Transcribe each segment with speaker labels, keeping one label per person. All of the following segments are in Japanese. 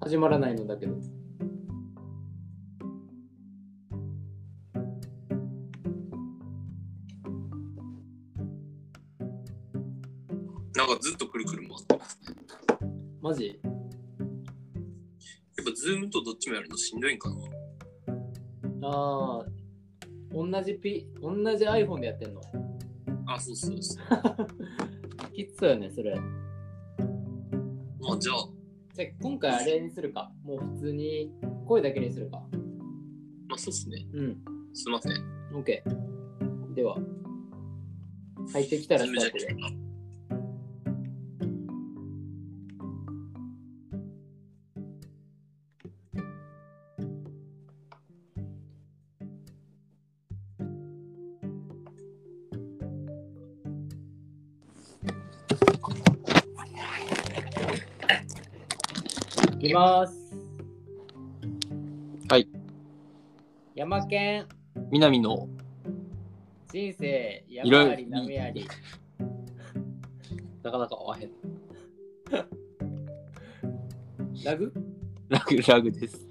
Speaker 1: 始まらないのだけど。
Speaker 2: なんかずっとくるくる回ってます。
Speaker 1: マジ
Speaker 2: やっぱズームとどっちもやるのしんどいんかな。
Speaker 1: ああ、同じピ、同じ iPhone でやってんの。
Speaker 2: あ、そうそうそう。
Speaker 1: きつそうよね、それ。
Speaker 2: まあじゃあ、
Speaker 1: じゃあ、今回あれにするか。もう普通に声だけにするか。
Speaker 2: まあそうっすね。
Speaker 1: うん、
Speaker 2: すいません。
Speaker 1: OK。では、入ってきたら
Speaker 2: ズー
Speaker 1: ス
Speaker 2: ム
Speaker 1: タ
Speaker 2: じゃ
Speaker 1: ートで。いきます。
Speaker 2: はい。
Speaker 1: 山県
Speaker 2: 南の
Speaker 1: 人生
Speaker 2: いろ
Speaker 1: 山
Speaker 2: いろ
Speaker 1: あり波あり。
Speaker 2: なかなか合わへん。
Speaker 1: ラグ
Speaker 2: ラグラグ です。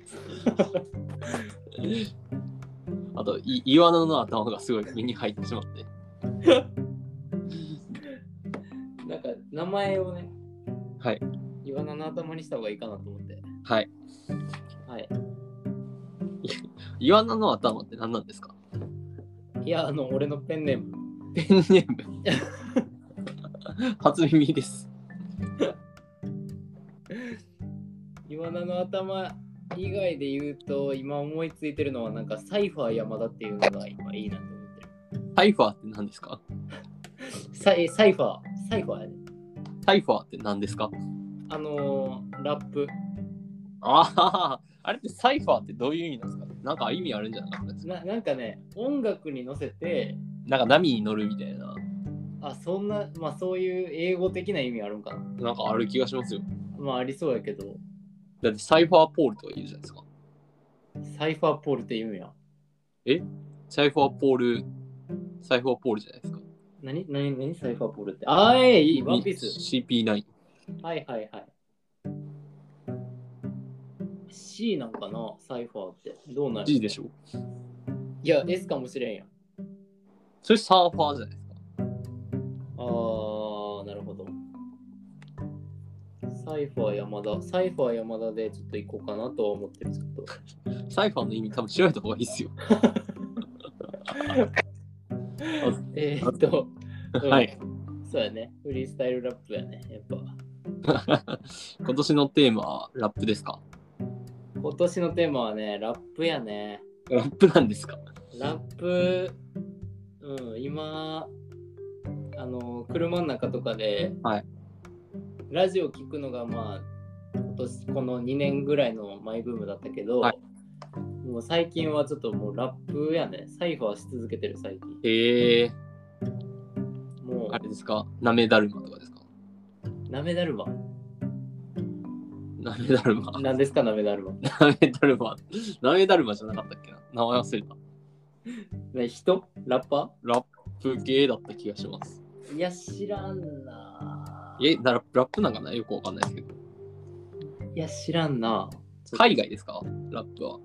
Speaker 2: あと、いイワナの頭がすごい目に入ってしまって。
Speaker 1: なんか名前をね、
Speaker 2: はい。
Speaker 1: イワナの頭にした方がいいかなと思って。
Speaker 2: はい。
Speaker 1: はい。
Speaker 2: イワナの頭って何なんですか
Speaker 1: いや、あの、俺のペンネーム。
Speaker 2: ペンネー ム。初耳です。
Speaker 1: イワナの頭以外で言うと、今思いついてるのは、なんかサイファー山田っていうのが今いいなと思ってる。
Speaker 2: サイファーって何ですか
Speaker 1: サイサイファー、サイファーやね。
Speaker 2: サイファーって何ですか
Speaker 1: あのー、ラップ。
Speaker 2: ああ、あれってサイファー ってどういう意味なんですかなんか意味あるんじゃなかったですか
Speaker 1: ななんかね、音楽に乗せて、
Speaker 2: なんか波に乗るみたいな、
Speaker 1: あ、そんな、まあそういう英語的な意味あるんかな。
Speaker 2: なんかある気がしますよ。
Speaker 1: まあありそうやけど、
Speaker 2: だってサイファーポールとか言うじゃないですか。
Speaker 1: サイファーポールって言うんや。
Speaker 2: サイファーポール、サイファーポールじゃないですか。
Speaker 1: 何何何サイファーポールって。あーえいい、ワンピース。
Speaker 2: CP9。
Speaker 1: はいはいはい。C なんかなサイファーって。どうなる
Speaker 2: G でしょ
Speaker 1: いや、S かもしれんやん。
Speaker 2: それサーファーじゃないですか。
Speaker 1: あー、なるほど。サイファー山田。サイファー山田でちょっと行こうかなとは思ってるちょっと。
Speaker 2: サイファーの意味多分調べた方がいいですよ。
Speaker 1: えー、っと、うん
Speaker 2: はい。
Speaker 1: そうやね。フリースタイルラップやね。やっぱ。
Speaker 2: 今年のテーマはラップですか
Speaker 1: 今年のテーマはね、ラップやね。
Speaker 2: ラップなんですか
Speaker 1: ラップ、うん、今、あの、車の中とかで、
Speaker 2: はい
Speaker 1: ラジオ聞くのが、まあ、今年、この2年ぐらいのマイブームだったけど、
Speaker 2: はい
Speaker 1: もう最近はちょっともうラップやね、サイファーし続けてる最近。
Speaker 2: へえ、
Speaker 1: も
Speaker 2: あれですかなめだるまとかですか
Speaker 1: う、なめだるま。
Speaker 2: なめだるま。
Speaker 1: 何ですか、なめだ るま。
Speaker 2: なめだるま。なめだるまじゃなかったっけな名前忘れた。
Speaker 1: ね、人ラッパ
Speaker 2: ラップ系だった気がします。
Speaker 1: ーいや、知らんな。
Speaker 2: え、ならラップなんかなよくわかんないですけど。
Speaker 1: いや、知らんな。
Speaker 2: 海外ですかラップは。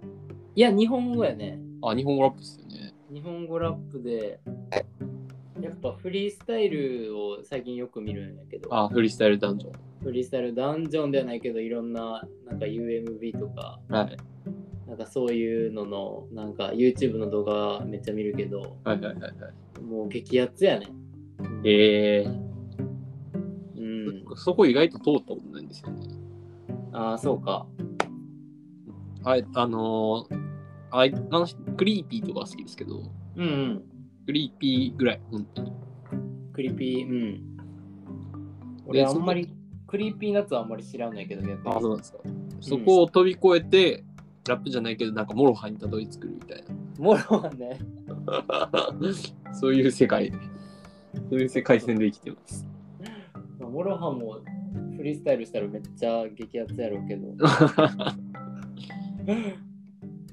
Speaker 1: いや、日本語やね。
Speaker 2: あ、日本語ラップですよね。
Speaker 1: 日本語ラップでやっぱフリースタイルを最近よく見るんやけど
Speaker 2: あ、フリースタイルダンジョ
Speaker 1: フリースタイルダンジョンではないけどいろんななんか UMB とか
Speaker 2: ン。はい。
Speaker 1: なんかそういうののなんか YouTube の動画めっちゃ見るけど
Speaker 2: はいはいはいはい。
Speaker 1: もう激アツやね
Speaker 2: ええ
Speaker 1: うん
Speaker 2: そこ意外と通ったことないんですよね。
Speaker 1: ああそうか
Speaker 2: あい、あのー、あい、あの人、クリーピーとかは好きですけど、
Speaker 1: うん
Speaker 2: クリーピーぐらい、本当に。
Speaker 1: うんクリピーうん俺あ
Speaker 2: そこ
Speaker 1: んまりクリーピーナッツはあんまり知らんないけど逆
Speaker 2: あ、そう
Speaker 1: に
Speaker 2: なんですか。そこを飛び越えて、ラップじゃないけど、なんか、モロハにたどり着くみたい
Speaker 1: モロはね
Speaker 2: な。 そういう世界、そういう世界線で生きてます。
Speaker 1: まあモロハもフリースタイルしたらめっちゃ激アツやろうけ ど
Speaker 2: いや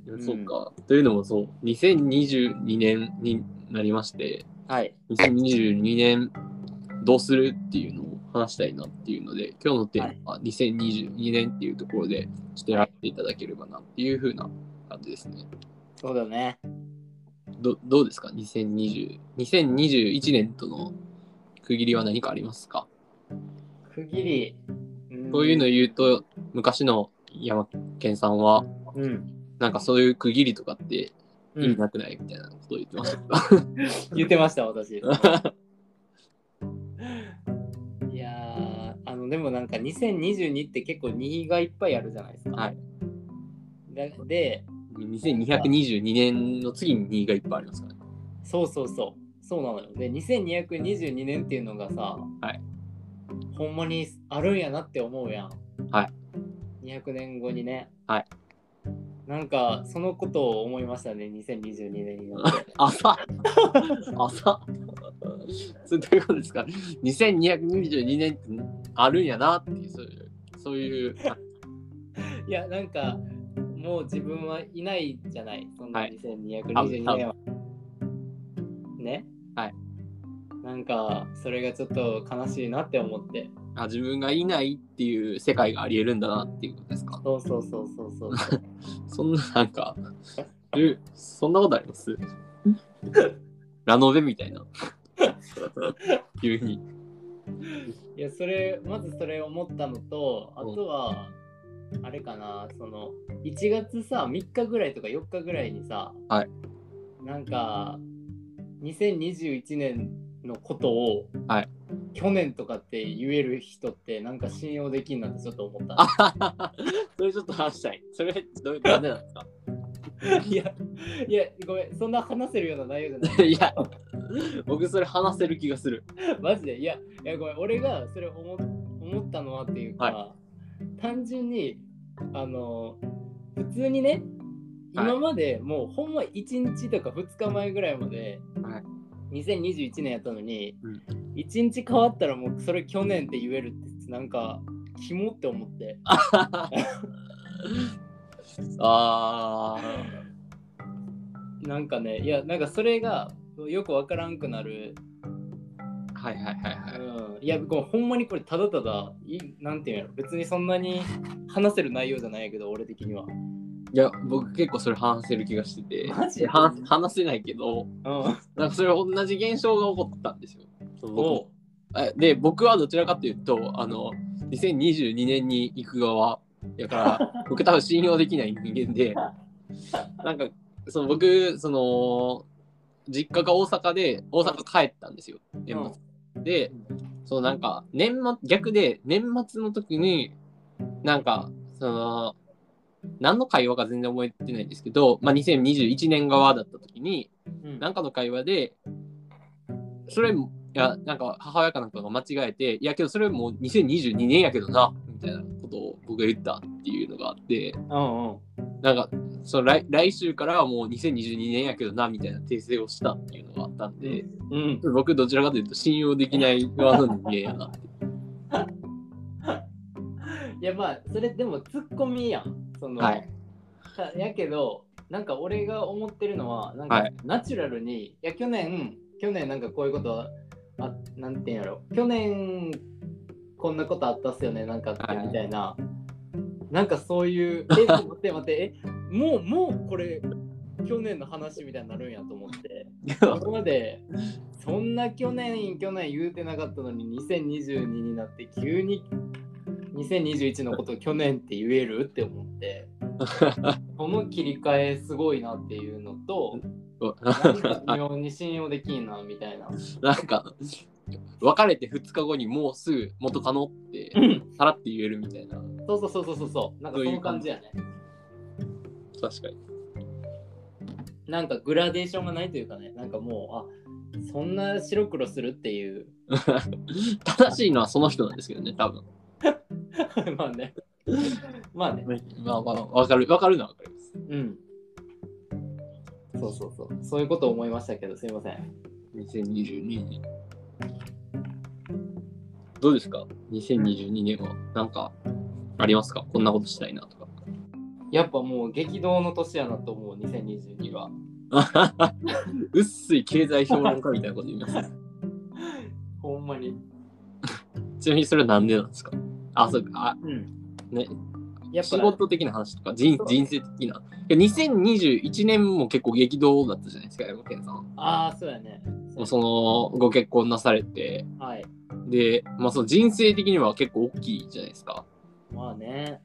Speaker 1: うん
Speaker 2: そうか。というのも、そう、2022年になりまして、
Speaker 1: はい
Speaker 2: 2022年どうするっていうのを話したいなっていうので、今日のテーマは2022年っていうところで、ちょっとやっていただければなっていうふうな感じですね。
Speaker 1: そうだね。
Speaker 2: どどうですか ?2020、2021年との区切りは何かありますか
Speaker 1: 区切り。ん
Speaker 2: こういうの言うと、昔の山健さんは、
Speaker 1: うん。
Speaker 2: なんかそういう区切りとかって
Speaker 1: う
Speaker 2: 意味
Speaker 1: ん、
Speaker 2: なくないみたいなことを言ってましたけど。
Speaker 1: 言ってました、 私。いやーあのでもなんか2022って結構2がいっぱいあるじゃないですか。
Speaker 2: はい
Speaker 1: だで
Speaker 2: 2222年の次に2がいっぱいありますからね。
Speaker 1: そうそうそうそうなのよ。で2222年っていうのがさ、
Speaker 2: はい
Speaker 1: ほんまにあるんやなって思うやん。
Speaker 2: は
Speaker 1: 200年後にね。
Speaker 2: はい
Speaker 1: なんかそのことを思いましたね2022年にな って。
Speaker 2: 朝朝それどういうことですか ?2222 年ってあるんやなっていう、そういう、そういう、
Speaker 1: いやなんかもう自分はいないじゃないそんな
Speaker 2: はい
Speaker 1: 2222年は。ね
Speaker 2: はい。
Speaker 1: なんかそれがちょっと悲しいなって思って。
Speaker 2: あ自分がいないっていう世界がありえるんだなっていうことですか
Speaker 1: そうそうそうそうそう。
Speaker 2: そんななんか、えそんなことありますラノベみたいな。 急に。
Speaker 1: いやそれまずそれ思ったのとあ
Speaker 2: うん
Speaker 1: とは、あれかなその1月さ3日ぐらいとか4日ぐらいにさ、
Speaker 2: はい
Speaker 1: なんか2021年のことを、
Speaker 2: はい
Speaker 1: 去年とかって言える人ってなんか信用できんなってちょっと思った
Speaker 2: あはははそれちょっと話したい。それどういうなんでなんですか
Speaker 1: いやいやごめんそんな話せるような内容じゃない
Speaker 2: いや、僕それ話せる気がする。
Speaker 1: マジでいやいやごめん俺がそれ思思ったのはっていうか、
Speaker 2: は
Speaker 1: 単純にあの普通にね
Speaker 2: はい
Speaker 1: 今までもうほんま1日とか2日前ぐらいまで、
Speaker 2: は
Speaker 1: 2021年やったのに、
Speaker 2: うん
Speaker 1: 一1日変わったらもうそれ去年って言えるってなんかキモって思って
Speaker 2: あ
Speaker 1: なんかねいやなんかそれがよくわからんくなる、
Speaker 2: ーはいはいはいはい。
Speaker 1: うん、いやごめんほんまにこれただただいなんていうんやろ別にそんなに話せる内容じゃないけど俺的にはい
Speaker 2: や、僕結構それ話せる気がしてて、
Speaker 1: マジ
Speaker 2: 話話せないけど、
Speaker 1: うん
Speaker 2: なんかそれ同じ現象が起こったんですよ。僕もえで、僕はどちらかというと、あの、2022年に行く側やから、僕多分信用できない人間で、なんか、その僕、その、実家が大阪で、大阪帰ったんですよ、年末。で、そうなんか年末逆で年末の時になんかその何の会話か全然覚えてないんですけど、まあ、2021年側だった時に
Speaker 1: うん
Speaker 2: 何かの会話でそれいやなんか母親かなんかが間違えて「いやけどそれもう2022年やけどな」みたいなことを僕が言ったっていうのがあって
Speaker 1: うんうん
Speaker 2: なんかその来来週からはもう2022年やけどなみたいな訂正をしたっていうのがあったんで。
Speaker 1: うん、
Speaker 2: 僕どちらかというと信用できない側の人間やなって。
Speaker 1: いやまあそれでもツッコミやんその、
Speaker 2: はい
Speaker 1: たやけどなんか俺が思ってるのはなんか、
Speaker 2: はい
Speaker 1: ナチュラルにいや去年去年なんかこういうことあなんていうんやろ去年こんなことあったっすよねなんかあって
Speaker 2: はい
Speaker 1: みたいな、なんかそういうえ待って待ってえもうもうこれ去年の話みたいになるんやと思ってここまでそんな去年去年言うてなかったのに2022になって急に2021のことを去年って言えるって思ってこの切り替えすごいなっていうのとなんか微妙に信用できんなみたいな
Speaker 2: なんか別れて2日後にもうすぐ元カノってさらって言えるみたいな
Speaker 1: そうそうそうそうそうそうなんかその感じやね
Speaker 2: 確かに
Speaker 1: なんかグラデーションがないというかねなんかもうあそんな白黒するっていう
Speaker 2: 正しいのはその人なんですけどね多分
Speaker 1: まあねまあね
Speaker 2: まあまあ分かる分かるのは分かります
Speaker 1: うんそうそうそうそういうことを思いましたけどすいません
Speaker 2: 2022年どうですか2022年はなんかありますかこんなことしたいなとか
Speaker 1: やっぱもう激動の年やなと思う2022は
Speaker 2: 薄い経済評論家みたいなこと言います
Speaker 1: ほんまに
Speaker 2: ちなみにそれはなんでなんですかあ、そうか。あ
Speaker 1: うん。
Speaker 2: ね、
Speaker 1: やっぱ
Speaker 2: 仕事的な話とか人人生的な。いや2021年も結構激動だったじゃないですか、山健さん。
Speaker 1: ああ、そうやね。
Speaker 2: もうそのご結婚なされて、
Speaker 1: はい。
Speaker 2: で、まあ、その人生的には結構大きいじゃないですか。
Speaker 1: まあね。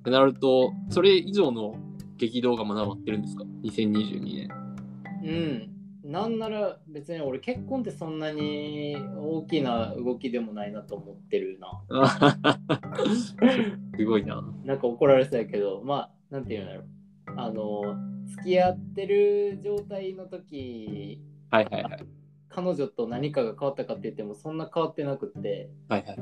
Speaker 2: ってなると、それ以上の激動がまだ待ってるんですか、2022年。
Speaker 1: うん。なんなら別に俺結婚ってそんなに大きな動きでもないなと思ってるな。
Speaker 2: すごいな。
Speaker 1: なんか怒られそうやけど、まあ、なんていうんだろう。あの、付き合ってる状態の時、
Speaker 2: はいはいはい。
Speaker 1: 彼女と何かが変わったかって言ってもそんな変わってなくって、
Speaker 2: はいはい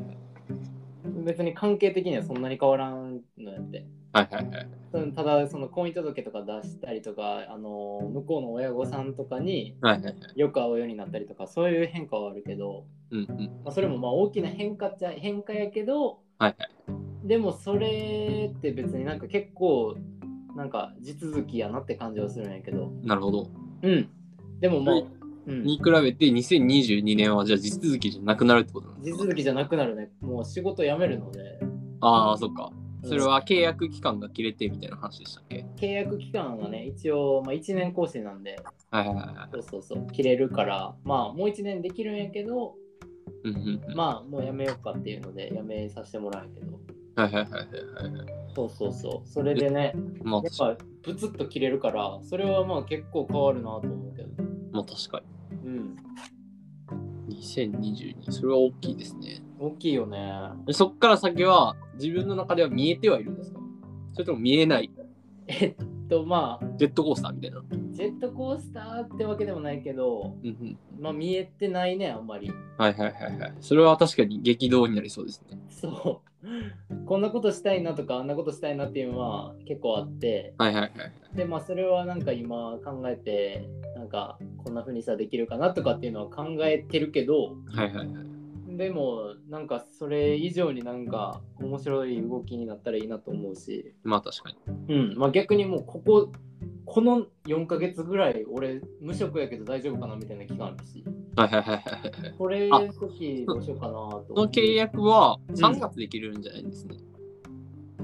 Speaker 1: 別に関係的にはそんなに変わらんのやって。
Speaker 2: はいはいはい。
Speaker 1: うんただその婚姻届とか出したりとか、あの向こうの親御さんとかに
Speaker 2: はいはいはい。
Speaker 1: よく会うようになったりとかそういう変化はあるけど、
Speaker 2: うんうん。
Speaker 1: まあ、それもまあ大きな変化っちゃ変化やけど、
Speaker 2: はい
Speaker 1: でもそれって別になんか結構なんか地続きやなって感じはするんやけど
Speaker 2: なるほど。
Speaker 1: うんでもまあ、
Speaker 2: はい
Speaker 1: うん、
Speaker 2: に比べて2022年はじゃあ地続きじゃなくなるってことなん
Speaker 1: 地
Speaker 2: ですか
Speaker 1: 続きじゃなくなるねもう仕事辞めるので
Speaker 2: ああ、そっか。それは契約期間が切れてみたいな話でしたっけ
Speaker 1: 契約期間はね一応、まあ、1年更新なんで
Speaker 2: はいはいはい。
Speaker 1: そうそうそう切れるからまあもう1年できるんやけど
Speaker 2: うんうんうん
Speaker 1: まあもうやめようかっていうのでやめさせてもらうんやけど
Speaker 2: はいはいはいはいはい。
Speaker 1: そうそうそうそれでね
Speaker 2: まあ
Speaker 1: や
Speaker 2: 確か
Speaker 1: っぱブツッと切れるからそれはまあ結構変わるなと思うけど
Speaker 2: まあ、確か
Speaker 1: うん
Speaker 2: に。2022、それは大きいですね。
Speaker 1: 大きいよね
Speaker 2: でそっから先は自分の中では見えてはいるんですかそれとも見えない
Speaker 1: えっとまあ
Speaker 2: ジェットコースターみたいな。
Speaker 1: ジェットコースターってわけでもないけど
Speaker 2: うんうん。
Speaker 1: まあ見えてないねあんまり
Speaker 2: はいはいはいはい。それは確かに激動になりそうですね。
Speaker 1: そうこんなことしたいなとかあんなことしたいなっていうのは結構あって
Speaker 2: はいはいはい。
Speaker 1: でまあそれはなんか今考えてなんかこんな風にさできるかなとかっていうのは考えてるけど
Speaker 2: はいはいはい。
Speaker 1: でもなんかそれ以上になんか面白い動きになったらいいなと思うし
Speaker 2: まあ確かに。
Speaker 1: うん、まあ、逆にもうこここの4ヶ月ぐらい俺無職やけど大丈夫かなみたいな期間あるし
Speaker 2: はいはいはいはいはい。
Speaker 1: これの時どうしようかなと
Speaker 2: こ
Speaker 1: 思
Speaker 2: の
Speaker 1: って
Speaker 2: 契約は3月で切れるんじゃないんですね。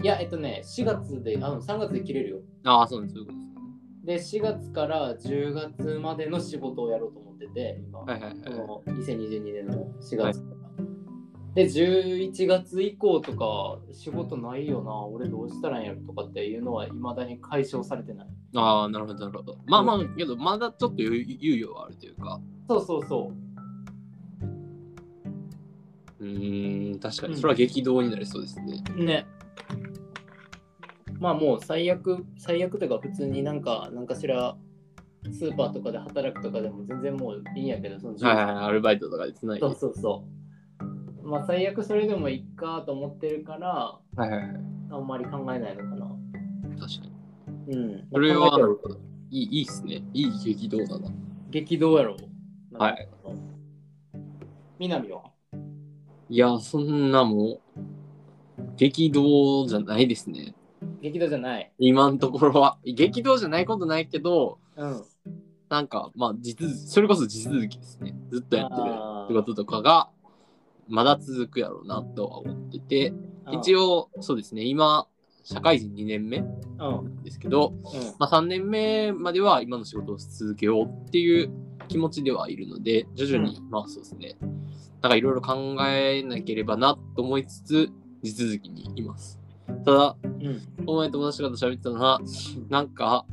Speaker 1: いやえっとね4月であの3月で切れるよ
Speaker 2: ああ、そうです。そういうことです
Speaker 1: で4月から10月までの仕事をやろうと思ってて今、
Speaker 2: はいはいはい
Speaker 1: そ。の2022年の4月から、で11月以降とか仕事ないよな俺どうしたらいいんやろとかっていうのはいまだに解消されてない
Speaker 2: ああ、なるほど、なるほど。まあまあ、けど、まだちょっと猶猶予はあるというか。
Speaker 1: そうそうそう
Speaker 2: うーん、確か
Speaker 1: う
Speaker 2: に。
Speaker 1: ん
Speaker 2: それは激動になりそうですね。
Speaker 1: ねまあもう最悪最悪というか普通になんかなんかしらスーパーとかで働くとかでも全然もういいんやけどその
Speaker 2: はいはいはい、アルバイトとかでつないで。
Speaker 1: そう
Speaker 2: は
Speaker 1: そうそうまあ最悪それでもいっかと思ってるから
Speaker 2: いはいはい。
Speaker 1: あんまり考えないのかな
Speaker 2: 確かに。
Speaker 1: うん
Speaker 2: それ
Speaker 1: まあ考えて
Speaker 2: は
Speaker 1: るけど、
Speaker 2: いい、いいっすね。いい激動だな。
Speaker 1: 激動やろ
Speaker 2: はい
Speaker 1: 南はい
Speaker 2: や、そんなもう、激動じゃないですね。
Speaker 1: 激動じゃない
Speaker 2: 今のところは。激動じゃないことないけど、
Speaker 1: うん
Speaker 2: なんか、まあ、実それこそ地続きですね。ずっとやってる
Speaker 1: あー
Speaker 2: 仕事とかが、まだ続くやろうなとは思ってて、一
Speaker 1: 応
Speaker 2: 応、そうですね、今、社会人2年目な
Speaker 1: うんうん
Speaker 2: んですけど、まあ、3年目までは今の仕事を続けようっていう気持ちではいるので、徐々に、まあそうですね、なんかいろいろ考えなければなと思いつつ、地続きにいます。ただ、
Speaker 1: うん
Speaker 2: お前友達とかと喋ってたのは、なんか、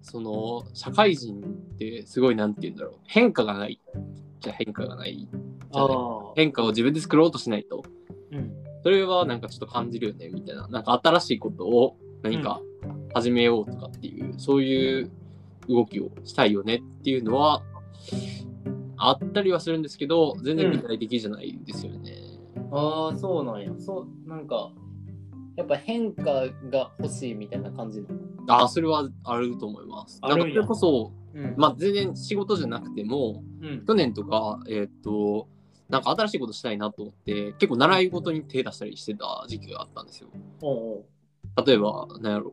Speaker 2: その、社会人ってすごい、なんて言うんだろう、変化がない。じゃ変化がない。
Speaker 1: ああ
Speaker 2: 変化を自分で作ろうとしないと。
Speaker 1: うん
Speaker 2: それはなんかちょっと感じるよね、みたいな。なんか新しいことを何か始めようとかっていう、そういう動きをしたいよねっていうのは、あったりはするんですけど、全然具体的じゃないですよね。
Speaker 1: ああそうなんやそうなんかやっぱ変化が欲しいみたいな感じなの
Speaker 2: ああ、それはあると思います。
Speaker 1: あるんや
Speaker 2: なんかそれこそ、
Speaker 1: うん
Speaker 2: まあ全然仕事じゃなくても、
Speaker 1: うん
Speaker 2: 去年とか、えーっと、なんか新しいことしたいなと思って、結構習い事に手出したりしてた時期があったんですよ。
Speaker 1: おう
Speaker 2: 例えば、なんやろ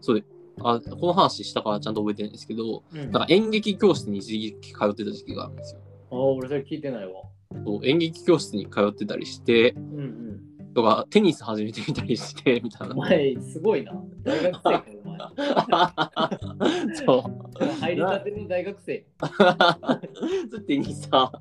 Speaker 2: そうであ、この話したからちゃんと覚えてないんですけど、
Speaker 1: おううん
Speaker 2: なんか演劇教室に一時期通ってた時期があるんですよ。
Speaker 1: ああ俺それ聞いてないわ
Speaker 2: そう演劇教室に通ってたりして
Speaker 1: う、ん
Speaker 2: とかテニス始めてみたりして みたい
Speaker 1: お
Speaker 2: な。
Speaker 1: 前、すごいな。大学生か、お前。
Speaker 2: そう。
Speaker 1: 入りたての大学生。
Speaker 2: そうテニスさ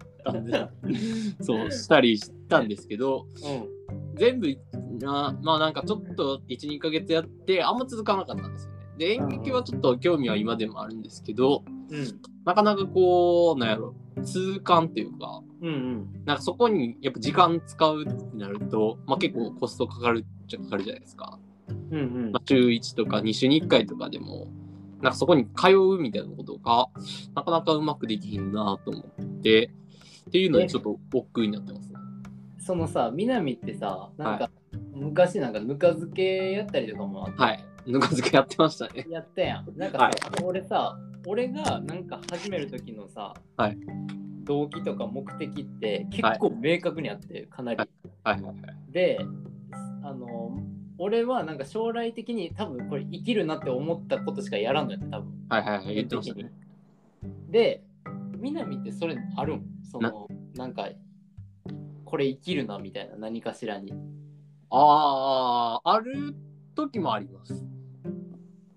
Speaker 2: そうしたりしたんですけど
Speaker 1: う
Speaker 2: 全部なまあなんかちょっと12ヶ月やってあんま続かなかったんですよね。で演劇はちょっと興味は今でもあるんですけど
Speaker 1: ん。うん。
Speaker 2: なかなかこうなんやろ痛感っていうか
Speaker 1: うん
Speaker 2: なんかそこにやっぱ時間使うってなると、まあ、結構コストかかるっちゃかかるじゃないですか。
Speaker 1: うん。うん
Speaker 2: まあ、週1とか2週に1回とかでも、なんかそこに通うみたいなことが、なかなかうまくできひんなと思って、っていうのでちょっと億劫になってますね。
Speaker 1: そのさ、南ってさ、なんか、昔なんかぬか漬けやったりとかもあった
Speaker 2: はい。ぬか漬けやってましたね。
Speaker 1: やったやん。なんかさ、
Speaker 2: はい
Speaker 1: 俺さ、俺がなんか始める時のさ、
Speaker 2: はい
Speaker 1: 動機とか目的って結構明確にあって、かなり。
Speaker 2: はいはいはい。
Speaker 1: で、あの、俺はなんか将来的に多分これ生きるなって思ったことしかやらんのやった、多分。
Speaker 2: はいはいはい。言ってましたね。
Speaker 1: で、南ってそれあるんその、なんか、これ生きるなみたいな何かしらに。
Speaker 2: ああ、ある時もあります。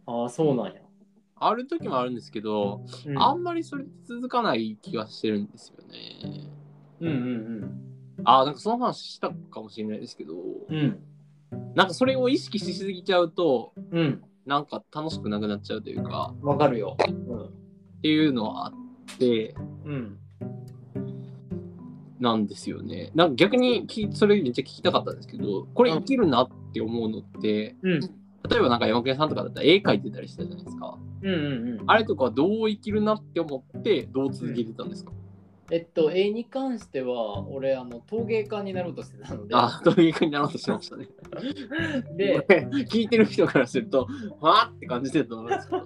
Speaker 1: ああ、そうなんや。
Speaker 2: ある時もあるんですけど、
Speaker 1: うん、
Speaker 2: あんまりそれ続かない気がしてるんですよね。
Speaker 1: うんうん
Speaker 2: ああ、なんかその話したかもしれないですけど、
Speaker 1: うん。うん。
Speaker 2: なんかそれを意識しすぎちゃうと、
Speaker 1: うん。
Speaker 2: なんか楽しくなくなっちゃうというか、
Speaker 1: わかるよ。う
Speaker 2: っていうのはあって
Speaker 1: ん。うん。
Speaker 2: なんですよね。なんか逆にきそれめっちゃ聞きたかったんですけどこれ生きるなって思うのって
Speaker 1: うん。
Speaker 2: 例えばなんか山倉さんとかだったら絵描いてたりしたじゃないですか。
Speaker 1: うんうんうん、
Speaker 2: あれとかはどう生きるなって思ってどう続けてたんですか、
Speaker 1: えっと絵に関しては俺あの陶芸家になろうとしてたので
Speaker 2: あどういう風になろうとしましたね。
Speaker 1: で
Speaker 2: 聞いてる人からするとはあって感じてると思うんですけど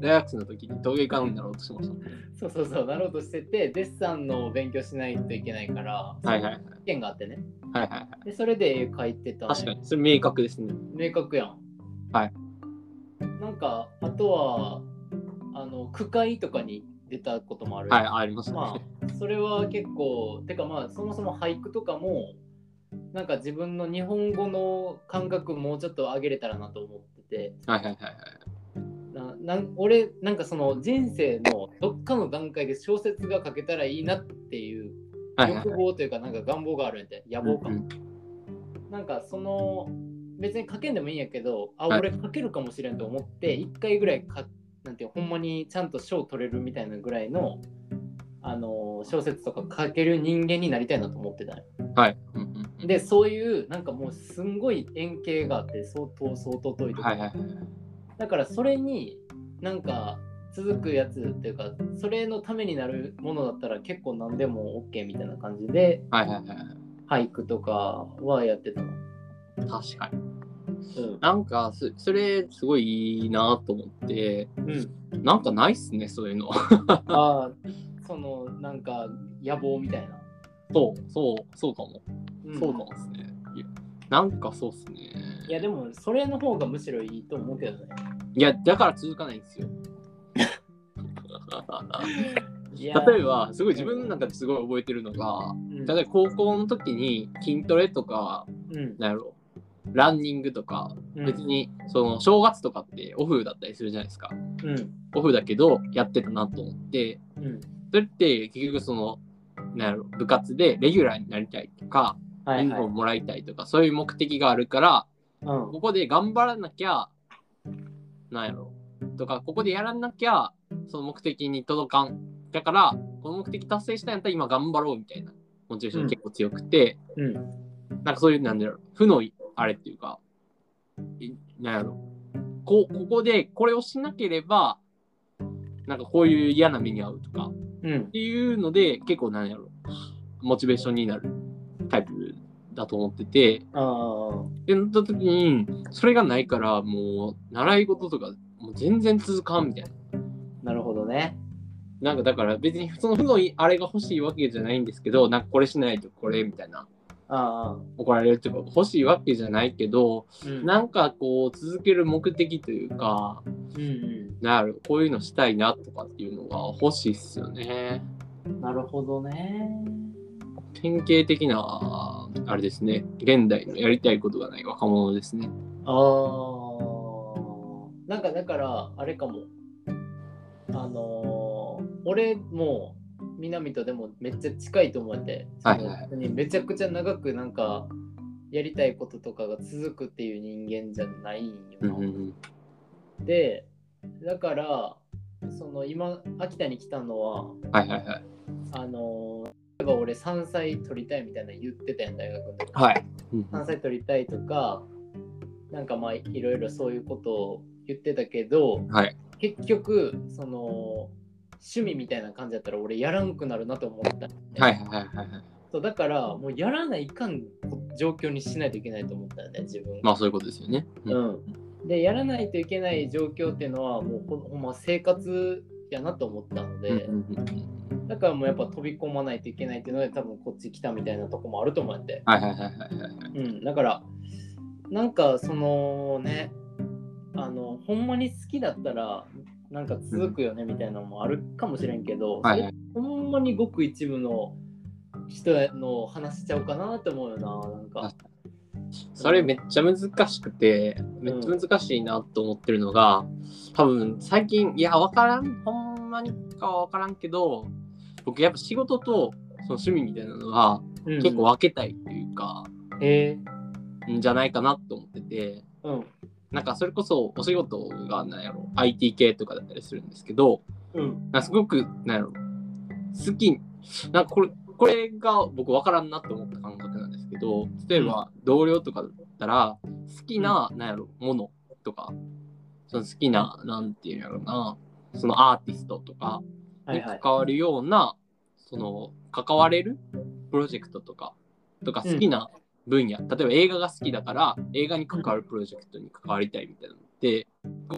Speaker 2: 大学生の時に陶芸家になろうとしました。
Speaker 1: そうそうそうなろうとしててデッサンの勉強しないといけないから、
Speaker 2: はいはいはい
Speaker 1: 試験があってね
Speaker 2: はいはい。
Speaker 1: でそれで絵描いてた、ね、
Speaker 2: 確かにそれ明確ですね。
Speaker 1: 明確やん
Speaker 2: はい
Speaker 1: なんかあとはあの句会とかに出たこともある、
Speaker 2: はいありますね。
Speaker 1: まあそれは結構てかまあそもそも俳句とかもなんか自分の日本語の感覚もうちょっと上げれたらなと思ってて
Speaker 2: はいはいはいはい。
Speaker 1: ななん俺なんかその人生のどっかの段階で小説が書けたらいいなっていう
Speaker 2: はいはい
Speaker 1: 欲望というかなんか願望があるんで野望か、
Speaker 2: うんうん
Speaker 1: なんかその別に書けんでもいいんやけどあ
Speaker 2: はい
Speaker 1: 俺書けるかもしれんと思って1回ぐらいかなんていうほんまにちゃんと賞取れるみたいなぐらいのあのー小説とか書ける人間になりたいなと思ってたんよ
Speaker 2: はい。うんうんうん
Speaker 1: でそういうなんかもうすんごい円形があって相当相当遠いとこ
Speaker 2: はいはいはい。
Speaker 1: だからそれになんか続くやつっていうかそれのためになるものだったら結構何でも OK みたいな感じで
Speaker 2: はいはいはいはい。
Speaker 1: 俳句とかはやってたの。
Speaker 2: 確かに。
Speaker 1: うん
Speaker 2: なんかそ、それ、すごいいいなと思って、
Speaker 1: うん、
Speaker 2: なんかないっすね、そういうの。
Speaker 1: ああそのなんか野望みたいな。
Speaker 2: そう、そう、そうかも。
Speaker 1: うん
Speaker 2: そうかもっすね。いやなんかそうっすね。
Speaker 1: いやでもそれの方がむしろいいと思うけどね。
Speaker 2: いや、だから続かないんですよ。
Speaker 1: いや
Speaker 2: 例えば、すごい自分の中ですごい覚えてるのが、
Speaker 1: うん
Speaker 2: 例えば高校の時に筋トレとか、
Speaker 1: うん
Speaker 2: なんやろ、ランニングとか、
Speaker 1: うん
Speaker 2: 別に、その、正月とかってオフだったりするじゃないですか。
Speaker 1: うん
Speaker 2: オフだけど、やってたなと思って、
Speaker 1: うん
Speaker 2: それって結局そのなんやろ部活でレギュラーになりたいとか、
Speaker 1: は
Speaker 2: ユ
Speaker 1: い
Speaker 2: ニ
Speaker 1: は
Speaker 2: フォー
Speaker 1: い
Speaker 2: ム。もらいたいとかそういう目的があるから
Speaker 1: うん
Speaker 2: ここで頑張らなきゃなんやろとかここでやらなきゃその目的に届かんだからこの目的達成したんやったら今頑張ろうみたいなモチベーション結構強くて、
Speaker 1: うん
Speaker 2: なんかそういうなんだろう負のあれっていうかいなんやろこうここでこれをしなければなんかこういう嫌な目に遭うとか
Speaker 1: うん
Speaker 2: っ。ていうので結構なんやろモチベーションになるタイプだと思ってて
Speaker 1: ああ
Speaker 2: でなった時にそれがないからもう習い事とかもう全然続かんみたい
Speaker 1: な
Speaker 2: な。
Speaker 1: るほどね。
Speaker 2: なんかだから別にその負のあれが欲しいわけじゃないんですけどなんかこれしないとこれみたいな
Speaker 1: ああ。
Speaker 2: 怒られるとか欲しいわけじゃないけど
Speaker 1: うん
Speaker 2: なんかこう続ける目的というか
Speaker 1: うん
Speaker 2: なるこういうのしたいなとかっていうのが欲しいっすよね。
Speaker 1: うん。なるほどね。
Speaker 2: 典型的な、あれですね、現代のやりたいことがない若者ですね。
Speaker 1: あーなんかだからあれかもあのー俺も南とでもめっちゃ近いと思って、
Speaker 2: はいはい
Speaker 1: そのめちゃくちゃ長くなんかやりたいこととかが続くっていう人間じゃないんよ
Speaker 2: うん
Speaker 1: な、
Speaker 2: うんうん
Speaker 1: でだからその今秋田に来たのは
Speaker 2: はいはいはい。
Speaker 1: あのー例えば俺山菜取りたいみたいなの言ってたやん大学の時
Speaker 2: はい。うんうん
Speaker 1: 山菜取りたいとかなんかまあいろいろそういうことを言ってたけど、
Speaker 2: はい
Speaker 1: 結局その趣味みたいな感じだったら俺やらんくなるなと思った
Speaker 2: はいはいはいはいはい。
Speaker 1: そうだからもうやらないかん状況にしないといけないと思ったよね自分
Speaker 2: まあそういうことですよね。うん
Speaker 1: うん、でやらないといけない状況っていうのはもうほほんま生活やなと思ったので、
Speaker 2: うんうんうんうん
Speaker 1: だからもうやっぱ飛び込まないといけないっていうので多分こっち来たみたいなとこもあると思って
Speaker 2: はいはいはいはいはい。
Speaker 1: うん、だからなんかそのねあのほんまに好きだったらなんか続くよねみたいなのもあるかもしれんけど、
Speaker 2: はいはい
Speaker 1: それほんまにごく一部の人の話しちゃうかなって思うよななんか。
Speaker 2: それめっちゃ難しくて、めっちゃ難しいなと思ってるのが、多分最近、いや、わからん、ほんまにかはわからんけど、僕やっぱ仕事とその趣味みたいなのは結構分けたいっていうか、
Speaker 1: うんへえ
Speaker 2: んじゃないかなと思ってて、
Speaker 1: うん
Speaker 2: なんかそれこそお仕事がなんやろ、IT 系とかだったりするんですけど、
Speaker 1: うん
Speaker 2: なんかすごく、なんやろ、好き、なんかこれ、これが僕分からんなって思った感覚なんですけど、例えば同僚とかだったら、好きな、なんやろ、ものとか、その好きな、なんていうんやろな、そのアーティストとか
Speaker 1: はい
Speaker 2: に
Speaker 1: はい。
Speaker 2: 関わるような、その、関われるプロジェクトとか、とか
Speaker 1: うん
Speaker 2: 好きな分野、例えば映画が好きだから、映画に関わるプロジェクトに関わりたいみたいなのって、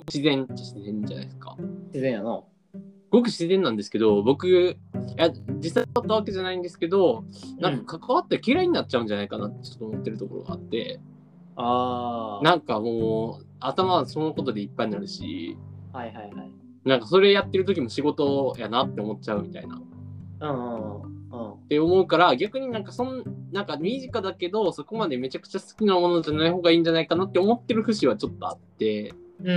Speaker 2: 自然っちゃ自然じゃないですか。
Speaker 1: 自然やな。
Speaker 2: ごく自然なんですけど僕いや実際だったわけじゃないんですけどなんか関わって嫌いになっちゃうんじゃないかなってちょっと思ってるところがあって
Speaker 1: ああ。
Speaker 2: なんかもう頭はそのことでいっぱいになるし
Speaker 1: はいはいはい。
Speaker 2: なんかそれやってる時も仕事やなって思っちゃうみたいなっ
Speaker 1: うんうんうん。
Speaker 2: て思うから逆になんかそんなんか身近だけどそこまでめちゃくちゃ好きなものじゃない方がいいんじゃないかなって思ってる節はちょっとあって
Speaker 1: うんうんう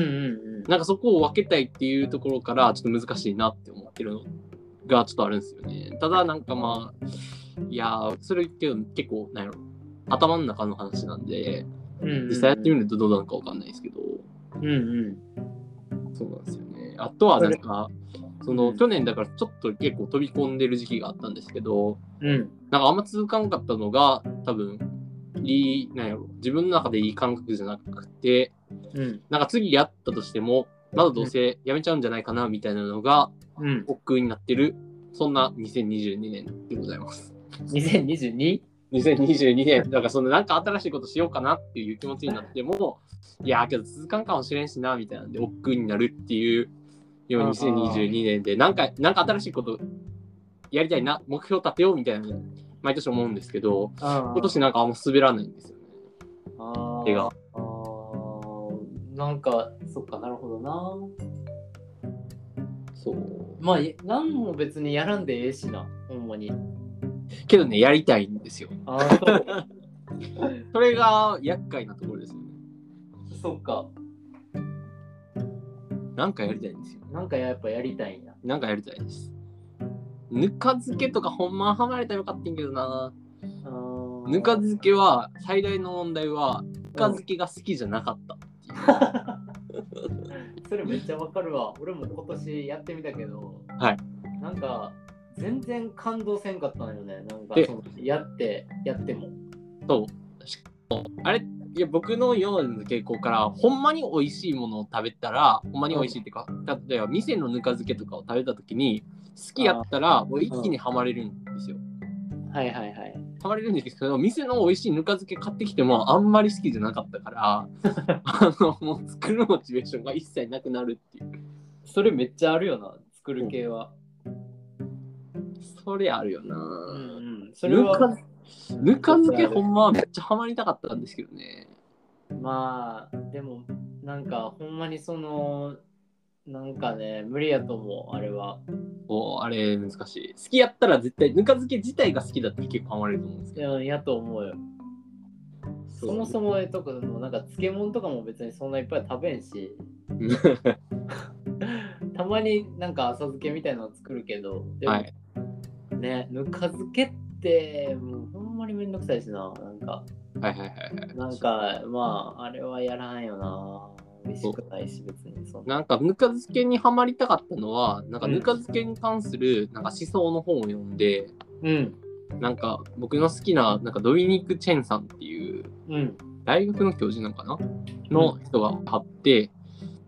Speaker 1: ん。
Speaker 2: なんかそこを分けたいっていうところからちょっと難しいなって思ってるのがちょっとあるんですよね。ただなんかまあいやーそれけど結構なんやろ頭の中の話なんで
Speaker 1: うんうんうん
Speaker 2: 実際やってみるとどうなのか分かんないですけど
Speaker 1: うんうん。
Speaker 2: そうなんですよね。あとはなんかその
Speaker 1: うん
Speaker 2: 去年だからちょっと結構飛び込んでる時期があったんですけど
Speaker 1: うん。
Speaker 2: なんかあんま続かんかったのが多分いいなんやろ自分の中でいい感覚じゃなくて
Speaker 1: うん。
Speaker 2: なんか次やったとしてもまだどうせやめちゃうんじゃないかなみたいなのが
Speaker 1: うん。
Speaker 2: 億劫になってる、そんな2022年でございます。
Speaker 1: 2022?
Speaker 2: 2022年、だからそのなんか新しいことしようかなっていう気持ちになっても、いやーけど続かんかもしれんしな、みたいなんで、億劫になるっていうように2022年で、なんか、なんか新しいことやりたいな、目標立てようみたいなの、毎年思うんですけど、
Speaker 1: 今
Speaker 2: 今年なんかあんま滑らないんですよね。
Speaker 1: あー
Speaker 2: 手が
Speaker 1: あーなんかそっかなるほどな
Speaker 2: そう。
Speaker 1: まあい何も別にやらんでええしなほんまに
Speaker 2: けどね、やりたいんですよ。
Speaker 1: ああそう
Speaker 2: それが厄介なところですよね。
Speaker 1: そっか
Speaker 2: なんかやりたいんですよ。
Speaker 1: なんかやっぱやりたいんや
Speaker 2: なんかやりたいです。ぬか漬けとかほんまはまれたらよかったんやけどな。
Speaker 1: あー
Speaker 2: ぬか漬けは最大の問題はぬか漬けが好きじゃなかったっていう。
Speaker 1: それめっちゃわかるわ俺も今年やってみたけど
Speaker 2: はい
Speaker 1: なんか全然感動せんかったのよねなんか
Speaker 2: え
Speaker 1: そのやってやっても
Speaker 2: あれいや僕の今までの傾向からほんまに美味しいものを食べたらほんまに美味しいっていうか、例えば店のぬか漬けとかを食べた時に好きやったらもう一気にはまれるんですよ。
Speaker 1: はいはいはい
Speaker 2: はまれるんですけど店の美味しいぬか漬け買ってきてもあんまり好きじゃなかったから あのもう作るモチベーションが一切なくなるっていう。
Speaker 1: それめっちゃあるよな作る系は
Speaker 2: それあるよな。
Speaker 1: うんうんそ
Speaker 2: そ
Speaker 1: れ
Speaker 2: れは
Speaker 1: は
Speaker 2: ぬか漬けほんまめっちゃハマりたかったんですけどね。
Speaker 1: まあでもなんかほんまにそのなんかね無理やと思うあれは
Speaker 2: もうあれ難しい。好きやったら絶対、ぬか漬け自体が好きだって結構ハマれると思うんです
Speaker 1: い
Speaker 2: けど。
Speaker 1: ややと思うよ。
Speaker 2: そ
Speaker 1: そもそもえとかもなんか漬物とかも別にそんないっぱい食べん し、たまになんか浅漬けみたいなの作るけど、でも
Speaker 2: はい。
Speaker 1: ね、ぬか漬けってもうほんまにめんどくさいしな、なんか、
Speaker 2: はいはいはいはい。
Speaker 1: なんかまああれはやらんよな。美味しくないし別にそんな。
Speaker 2: なんかぬか漬けにはまりたかったのは、なんか
Speaker 1: うん
Speaker 2: ぬか漬けに関するなんか思想の本を読んで、
Speaker 1: うん。
Speaker 2: なんか僕の好きななんかドミニク・チェンさんっていう
Speaker 1: うん。
Speaker 2: 大学の教授なんかなの人があって、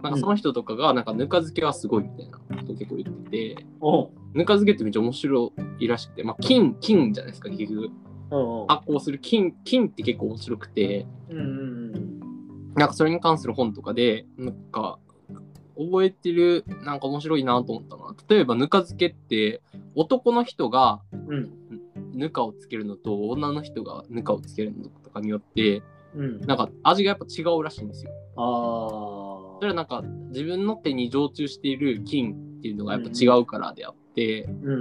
Speaker 2: なんかその人とかがなんかぬか漬けはすごいみたいなことを結構言ってて、
Speaker 1: おう
Speaker 2: ぬか漬けってめっちゃ面白いらしくて、まあ金、金じゃないですか、結局。
Speaker 1: おうおう。
Speaker 2: 発酵する金、金って結構面白くて、
Speaker 1: うんうんうん。
Speaker 2: なんかそれに関する本とかで、なんか覚えてる、なんか面白いなと思ったのは、例えばぬか漬けって男の人が
Speaker 1: うん。
Speaker 2: ぬかをつけるのと女の人がぬかをつけるのとかによって、
Speaker 1: うん。
Speaker 2: なんか味がやっぱ違うらしいんですよ。
Speaker 1: ああ。
Speaker 2: それはなんか自分の手に常駐している菌っていうのがやっぱ違うからであって、
Speaker 1: うんうんう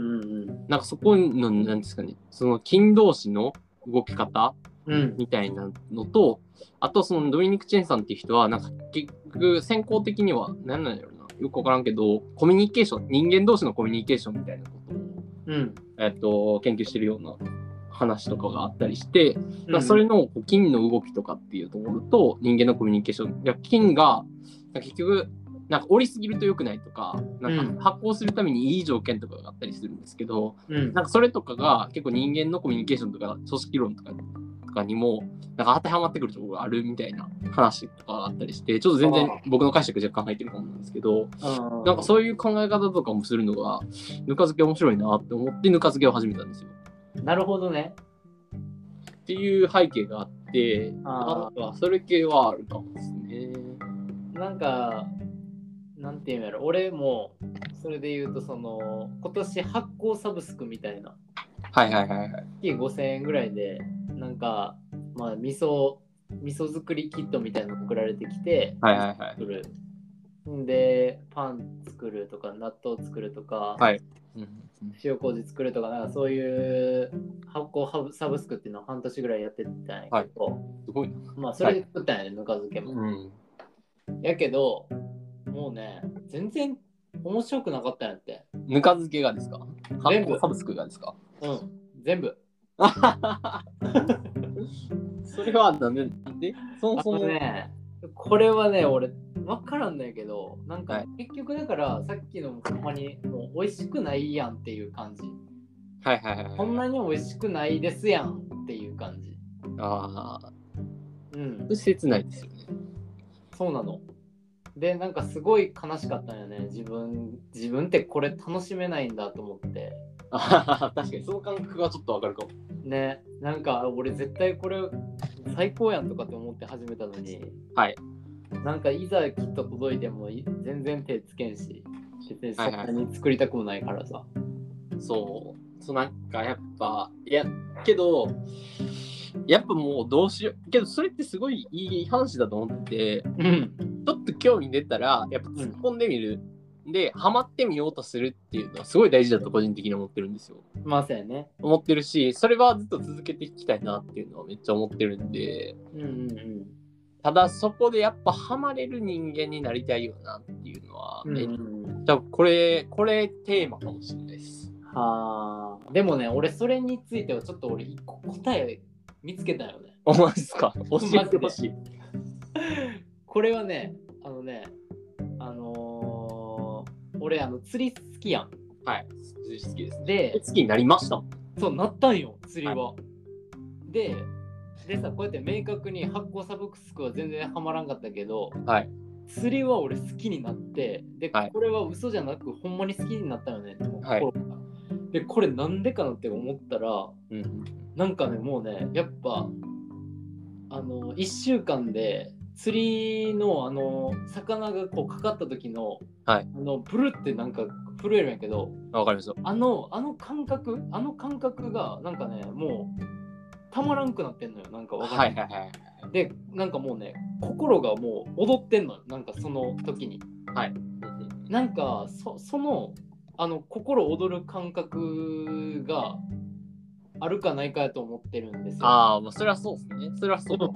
Speaker 1: ん。
Speaker 2: なんかそこのなんですかねその菌同士の動き方
Speaker 1: うん。
Speaker 2: みたいなのとあとそのドミニク・チェンさんっていう人はなんか結局先行的には何なんやろなよくわからんけどコミュニケーション人間同士のコミュニケーションみたいなことを、
Speaker 1: うん。
Speaker 2: えっと、研究してるような話とかがあったりして、だからそれのこう菌の動きとかっていうところと人間のコミュニケーションいや菌がなんか結局なんか折りすぎると良くないとかなん
Speaker 1: うん
Speaker 2: か発酵するためにいい条件とかがあったりするんですけど、
Speaker 1: うん。
Speaker 2: なんかそれとかが結構人間のコミュニケーションとか組織論とかとかにもなんか当てはまってくるところがあるみたいな話とかがあったりしてちょっと全然
Speaker 1: あ
Speaker 2: 僕の解釈若干入ってる本なんですけど
Speaker 1: な
Speaker 2: なんかそういう考え方とかもするのがぬか漬け面白いなって思ってぬか漬けを始めたんですよ。
Speaker 1: なるほどね。
Speaker 2: っていう背景があって
Speaker 1: あ
Speaker 2: なんかそれ系はあるかもですね。
Speaker 1: なんか、なんていうんやろ、俺も、それで言うと、その、今年発行サブスクみたいな、
Speaker 2: はいはいはいはい。
Speaker 1: 月5000円ぐらいで、なんか、まあ、味噌、味噌作りキットみたいなの送られてきて、
Speaker 2: はいはいはい
Speaker 1: 作る。んで、パン作るとか、納豆作るとか、
Speaker 2: はい
Speaker 1: 塩麹作るとか、なんかそういう発行ハブサブスクっていうのを半年ぐらいやってたんやけど、
Speaker 2: すごいな。
Speaker 1: まあ、それで作ったんやね、ぬか漬けも。
Speaker 2: うん。
Speaker 1: やけど、もうね、全然面白くなかったんやって。
Speaker 2: ぬか漬けがですか
Speaker 1: 全部
Speaker 2: サブスクがですか
Speaker 1: うん、全部。
Speaker 2: それはなんでなんでそも
Speaker 1: あ
Speaker 2: そも
Speaker 1: と。ね、これはね、俺、わからんねんけど、なん
Speaker 2: は
Speaker 1: か
Speaker 2: い
Speaker 1: 結局だから、さっきのもほんまに、もう美味しくないやんっていう感じ。
Speaker 2: はいはいはいはい。
Speaker 1: こんなに美味しくないですやんっていう感じ。
Speaker 2: ああ、
Speaker 1: うん、
Speaker 2: 切ないですよね。
Speaker 1: そうなの。で、なんかすごい悲しかったんよね。自分、自分ってこれ楽しめないんだと思って。
Speaker 2: 確かにその感覚はちょっとわかるかも。
Speaker 1: ねなんか俺絶対これ最高やんとかって思って始めたのに
Speaker 2: はい
Speaker 1: なんかいざきっと届いてもい全然手つけんし別にそん
Speaker 2: は
Speaker 1: ないに作りたくもないからさ、
Speaker 2: そう。そうなんかやっぱ、いや、けど、やっぱもうどうしよう。けどそれってすごいいい話だと思ってて、ち
Speaker 1: うん
Speaker 2: ょっと興味出たら、やっぱ突っ込んでみる。で、ハマってみようとするっていうのはすごい大事だと個人的に思ってるんですよ。
Speaker 1: まさやね
Speaker 2: 思ってるし、それはずっと続けていきたいなっていうのはめっちゃ思ってるんで、
Speaker 1: うんうんうん
Speaker 2: ただそこでやっぱハマれる人間になりたいよなっていうのは、
Speaker 1: うんう
Speaker 2: え
Speaker 1: んうん
Speaker 2: じゃあこれこれテーマかもしれないです。
Speaker 1: はあでもね俺それについてはちょっと俺一個答え見つけたよね
Speaker 2: お前ですか教えてほしい。
Speaker 1: これはねあのねあのー俺あの釣り好きやん
Speaker 2: はい、好きですね。
Speaker 1: で
Speaker 2: 好きになりました。
Speaker 1: そうなったんよ釣りは、ででさこうやって明確に発酵サブスクは全然ハマらんかったけど
Speaker 2: はい。
Speaker 1: 釣りは俺好きになってで、
Speaker 2: はい
Speaker 1: これは嘘じゃなくほんまに好きになったよね心が、
Speaker 2: はい
Speaker 1: でこれなんでかなって思ったら
Speaker 2: うん。
Speaker 1: なんかねもうねやっぱあの1週間で釣りのあの魚がこうかかった時の,、
Speaker 2: はい
Speaker 1: あのプルってなんか震えるんやけど
Speaker 2: わかりました。
Speaker 1: あの、あの感覚、あの感覚が、なんかね、もう、たまらんくなってんのよ、なんかわかん
Speaker 2: は
Speaker 1: ない
Speaker 2: いはいはい。
Speaker 1: で、なんかもうね、心がもう踊ってんのよ、なんかその時に。
Speaker 2: はい。
Speaker 1: なんか、そそのあの心躍る感覚があるかないかやと思ってるんですよ。
Speaker 2: ああ、まあ、それはそうですね。それはそうだ。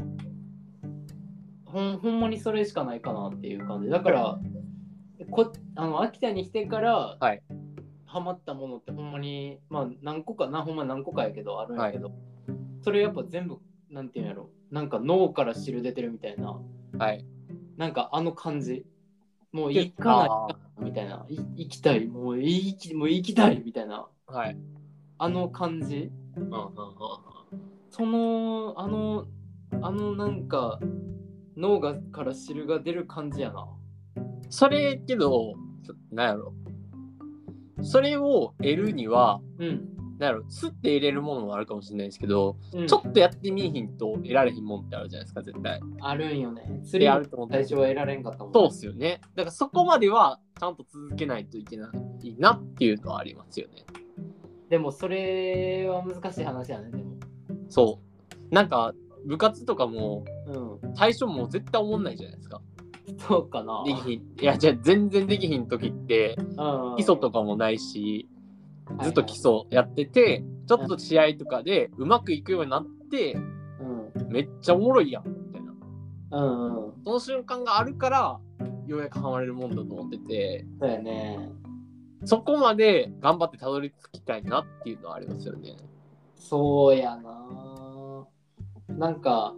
Speaker 1: ほんほんまにそれしかないかなっていう感じだからこあの秋田に来てから
Speaker 2: はい
Speaker 1: ハマったものってほんまに、まあ何個かなほんま何個かやけどあるんやけど、それやっぱ全部なんていうんやろなんか脳から汁出てるみたいな
Speaker 2: はい。
Speaker 1: なんかあの感じもう
Speaker 2: で
Speaker 1: 行かないみたいない行きたいもう行きもう行きたいみたいな
Speaker 2: はい。
Speaker 1: あの感じ
Speaker 2: うんうんうん
Speaker 1: そのあのあのなんか脳がから汁が出る感じやな。
Speaker 2: うんそれけど、そなんやろ。それを得るには、
Speaker 1: うん、
Speaker 2: なんやろ、すって入れるものもあるかもしれないですけど、
Speaker 1: うん
Speaker 2: ちょっとやってみいひんと得られへんもんってあるじゃないですか、絶対。
Speaker 1: あるんよね。釣り
Speaker 2: で、あ
Speaker 1: あ
Speaker 2: ると思っ
Speaker 1: 最
Speaker 2: て。
Speaker 1: 初は得られんかったもん、ね。
Speaker 2: そうっすよね。だからそこまではちゃんと続けないといけないなっていうのはありますよね。
Speaker 1: でもそれは難しい話やね。でも。
Speaker 2: そう。なんか、部活とかも、
Speaker 1: う
Speaker 2: 最初もう絶対思んないじゃないですか。
Speaker 1: ん。そうかな。
Speaker 2: できひん。いや、じゃあ全然できひん時って、
Speaker 1: うん、
Speaker 2: 基礎と
Speaker 1: か
Speaker 2: かもないし、ずっと基礎やってて、ちょっと試合とかでうまくいくようになって、めっちゃおもろいやん、みたいな。
Speaker 1: うんうんうん。
Speaker 2: その瞬間があるから、ようやくハマれるもんだと思ってて、
Speaker 1: そうやね。
Speaker 2: そこまで頑張ってたどり着きたいなっていうのはありますよね。
Speaker 1: そうやな。なんか、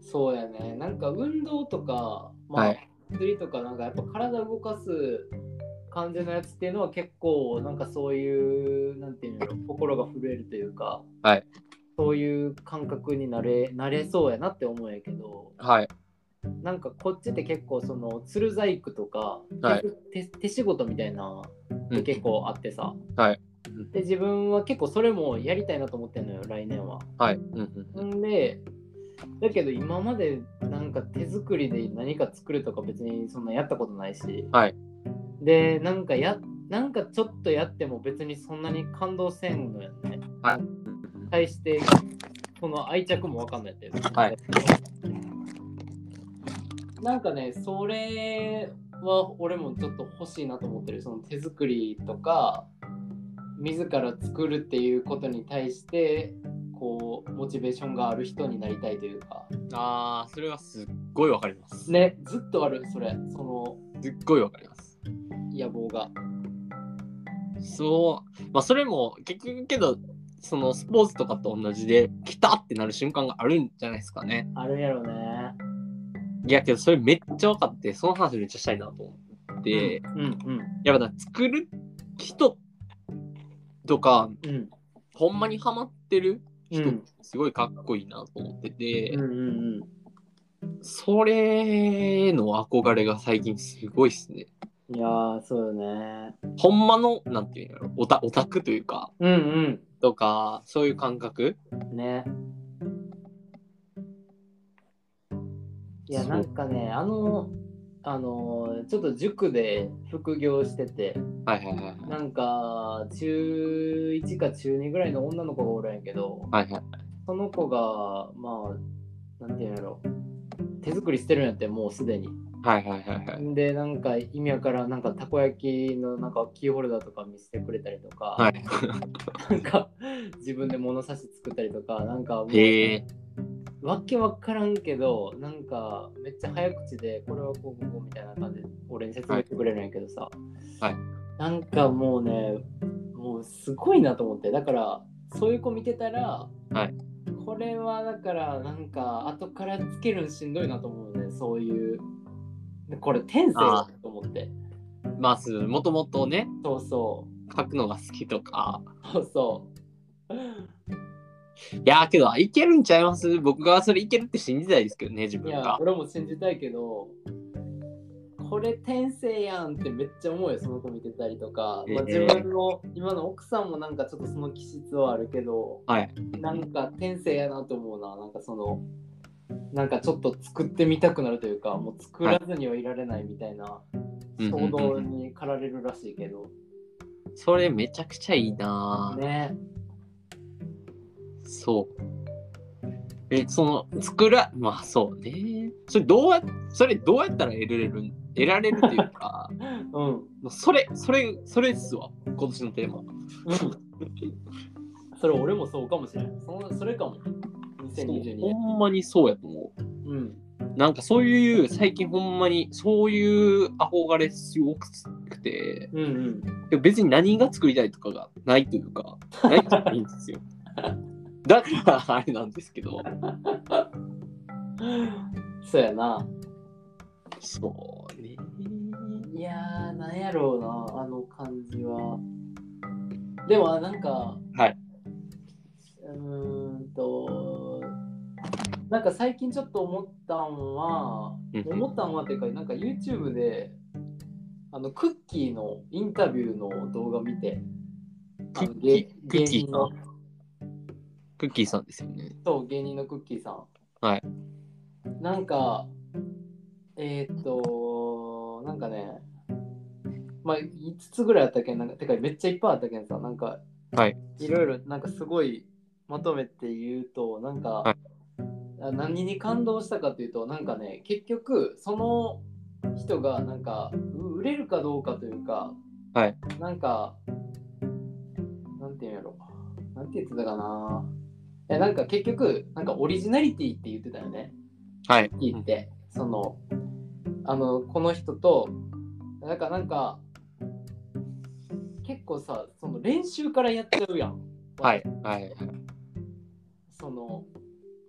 Speaker 1: そうやね。なんか運動とか、まあ、
Speaker 2: はい
Speaker 1: 釣りとか、なんかやっぱ体動かす感じのやつっていうのは結構、なんかそういう、なんていうんだろう、心が震えるというか、
Speaker 2: はい
Speaker 1: そういう感覚になれなれそうやなって思うんやけど、
Speaker 2: はい。
Speaker 1: なんかこっちって結構、その、鶴細工とか、
Speaker 2: はい
Speaker 1: 手手仕事みたいな
Speaker 2: うん
Speaker 1: 結構あってさ、
Speaker 2: はい
Speaker 1: で自分は結構それもやりたいなと思ってんのよ来年は。
Speaker 2: はい。うんうんうん
Speaker 1: んでだけど今までなんか手作りで何か作るとか別にそんなやったことないし、
Speaker 2: はい
Speaker 1: でなんかやなんかちょっとやっても別にそんなに感動せんのやんね対してこの愛着もわかんないっていう
Speaker 2: はい
Speaker 1: なんかねそれは俺もちょっと欲しいなと思ってるその手作りとか自ら作るっていうことに対してこうモチベーションがある人になりたいというか
Speaker 2: ああ、それはすっごいわかります。
Speaker 1: ねずっとあるそれその
Speaker 2: すっごいわかります。
Speaker 1: 野望が
Speaker 2: そう、まあそれも結局けど、そのスポーツとかと同じで、来たってなる瞬間があるんじゃないですかね。
Speaker 1: あるやろね
Speaker 2: いやけど、それめっちゃ分かって、その話めっちゃしたいなと思って、
Speaker 1: うんうん
Speaker 2: やっぱだから作る人とか、
Speaker 1: うん
Speaker 2: ほんまにハマってる
Speaker 1: う
Speaker 2: 人
Speaker 1: ん、
Speaker 2: すごいかっこいいなと思ってて、
Speaker 1: うんうん
Speaker 2: それの憧れが最近すごいっすね。
Speaker 1: うんいやーそうよね
Speaker 2: ほんまの、なんていうんやろ、オタオタクというか、
Speaker 1: うん
Speaker 2: とか、そういう感覚
Speaker 1: うんねいや
Speaker 2: そう
Speaker 1: なんかねあのあのちょっと塾で副業してて
Speaker 2: はいはいはいはい。
Speaker 1: なんか中1か中2ぐらいの女の子がおるんやけど
Speaker 2: はいはい。
Speaker 1: その子がまあなんていうんやろ手作りしてるんやってもうすでに
Speaker 2: はいはいはいはい。
Speaker 1: でなんか意味わからんなんかたこ焼きのなんかキーホルダーとか見せてくれたりとか、
Speaker 2: はい。
Speaker 1: なんか自分で物差し作ったりとかなんかもう
Speaker 2: へえ。
Speaker 1: わけわからんけどなんかめっちゃ早口でこれはこうこうこうみたいな感じで俺に説明してくれるんやけどさ、
Speaker 2: はい
Speaker 1: なんかもうねもうすごいなと思ってだからそういう子見てたら、
Speaker 2: はい
Speaker 1: これはだからなんか後からつけるんしんどいなと思うねそういうでこれ天性だと思って
Speaker 2: まあ、すもともとね、
Speaker 1: そうそ
Speaker 2: 書くのが好きとか。
Speaker 1: うそうそ
Speaker 2: いやーけど、いけるんちゃいます僕がそれいけるって信じたいですけどね、自
Speaker 1: うい
Speaker 2: 分
Speaker 1: や
Speaker 2: が。
Speaker 1: 俺も信じたいけどこれ天性やんってめっちゃ思うよその子見てたりとか、まあ、
Speaker 2: ええ
Speaker 1: 自分の今の奥さんもなんかちょっとその気質はあるけど
Speaker 2: はい。
Speaker 1: なんか天性やなと思うななんかそのなんかちょっと作ってみたくなるというかもう作らずにはいられないみたいな
Speaker 2: うんうんう
Speaker 1: 衝
Speaker 2: ん
Speaker 1: 動に駆られるらしいけど、
Speaker 2: それめちゃくちゃいいなー、
Speaker 1: ね
Speaker 2: そう。え、その、作ら、まあそうね。それどうや、それどうやったら得られる、得られるっていうか、
Speaker 1: うん
Speaker 2: もうそれ、それ、それっすわ、今年のテーマ。
Speaker 1: それ俺もそうかもしれない。そそれかも。2022
Speaker 2: ほ
Speaker 1: 年。
Speaker 2: んまにそうやと思う。
Speaker 1: うん。
Speaker 2: なんかそういう、最近ほんまに、そういう憧れすごくて、
Speaker 1: うんうん。
Speaker 2: でも別に何が作りたいとかがないとい うか、ないとかいいんですよ。だからあれなんですけど、
Speaker 1: そうやな。
Speaker 2: そうね。
Speaker 1: いやー、なんやろうな、あの感じは。でも、なんか、
Speaker 2: はい。
Speaker 1: うーんと、なんか最近ちょっと思ったんは、
Speaker 2: うんうん
Speaker 1: 思ったんはっていうか、なんか YouTube で、あの、クッキーのインタビューの動画見て、あの
Speaker 2: クッキー
Speaker 1: 芸
Speaker 2: クッキー
Speaker 1: 芸人の、
Speaker 2: クッキーさんですよね。
Speaker 1: そう、芸人のクッキーさん。
Speaker 2: はい。
Speaker 1: なんか、えーっと、なんかね、まあ、5つぐらいあったけん、なんか、てかめっちゃいっぱいあったけんさ、なんか、
Speaker 2: はい。
Speaker 1: いろいろ、なんかすごいまとめて言うと、なんか、
Speaker 2: はい
Speaker 1: あ何に感動したかというと、なんかね、結局、その人が、なんか、う売れるかどうかというか、
Speaker 2: はい。
Speaker 1: なんか、なんていうんやろ。なんて言ってたかな。いやなんか結局、なんかオリジナリティって言ってたよね。
Speaker 2: はい。
Speaker 1: 聞いて、その、あの、この人と、なんかなんか、結構さ、その練習からやっちゃうやん。
Speaker 2: はい。はい。
Speaker 1: その、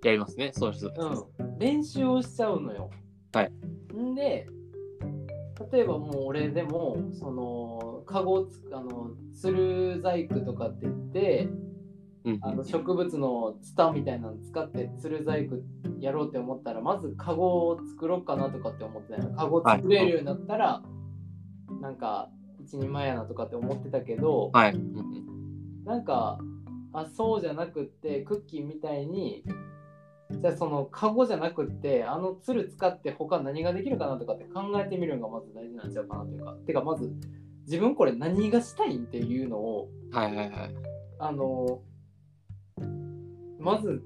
Speaker 2: やりますね。そうです。
Speaker 1: うん、練習をしちゃうのよ。
Speaker 2: はい。
Speaker 1: んで、例えばもう俺でも、その、カゴをつあの、つる細工とかって言って、
Speaker 2: うん
Speaker 1: あの植物のツタみたいなの使ってつる細工やろうって思ったらまずカゴを作ろうかなとかって思ってたよカゴ作れるようになったら、なんか一人前やなとかって思ってたけど、
Speaker 2: はい。うんうん
Speaker 1: なんかあそうじゃなくってクッキーみたいにじゃあそのカゴじゃなくってあのつる使って他何ができるかなとかって考えてみるのがまず大事なんちゃうかなというかてかまず自分これ何がしたいんっていうのを
Speaker 2: はいはいはい。
Speaker 1: あのまず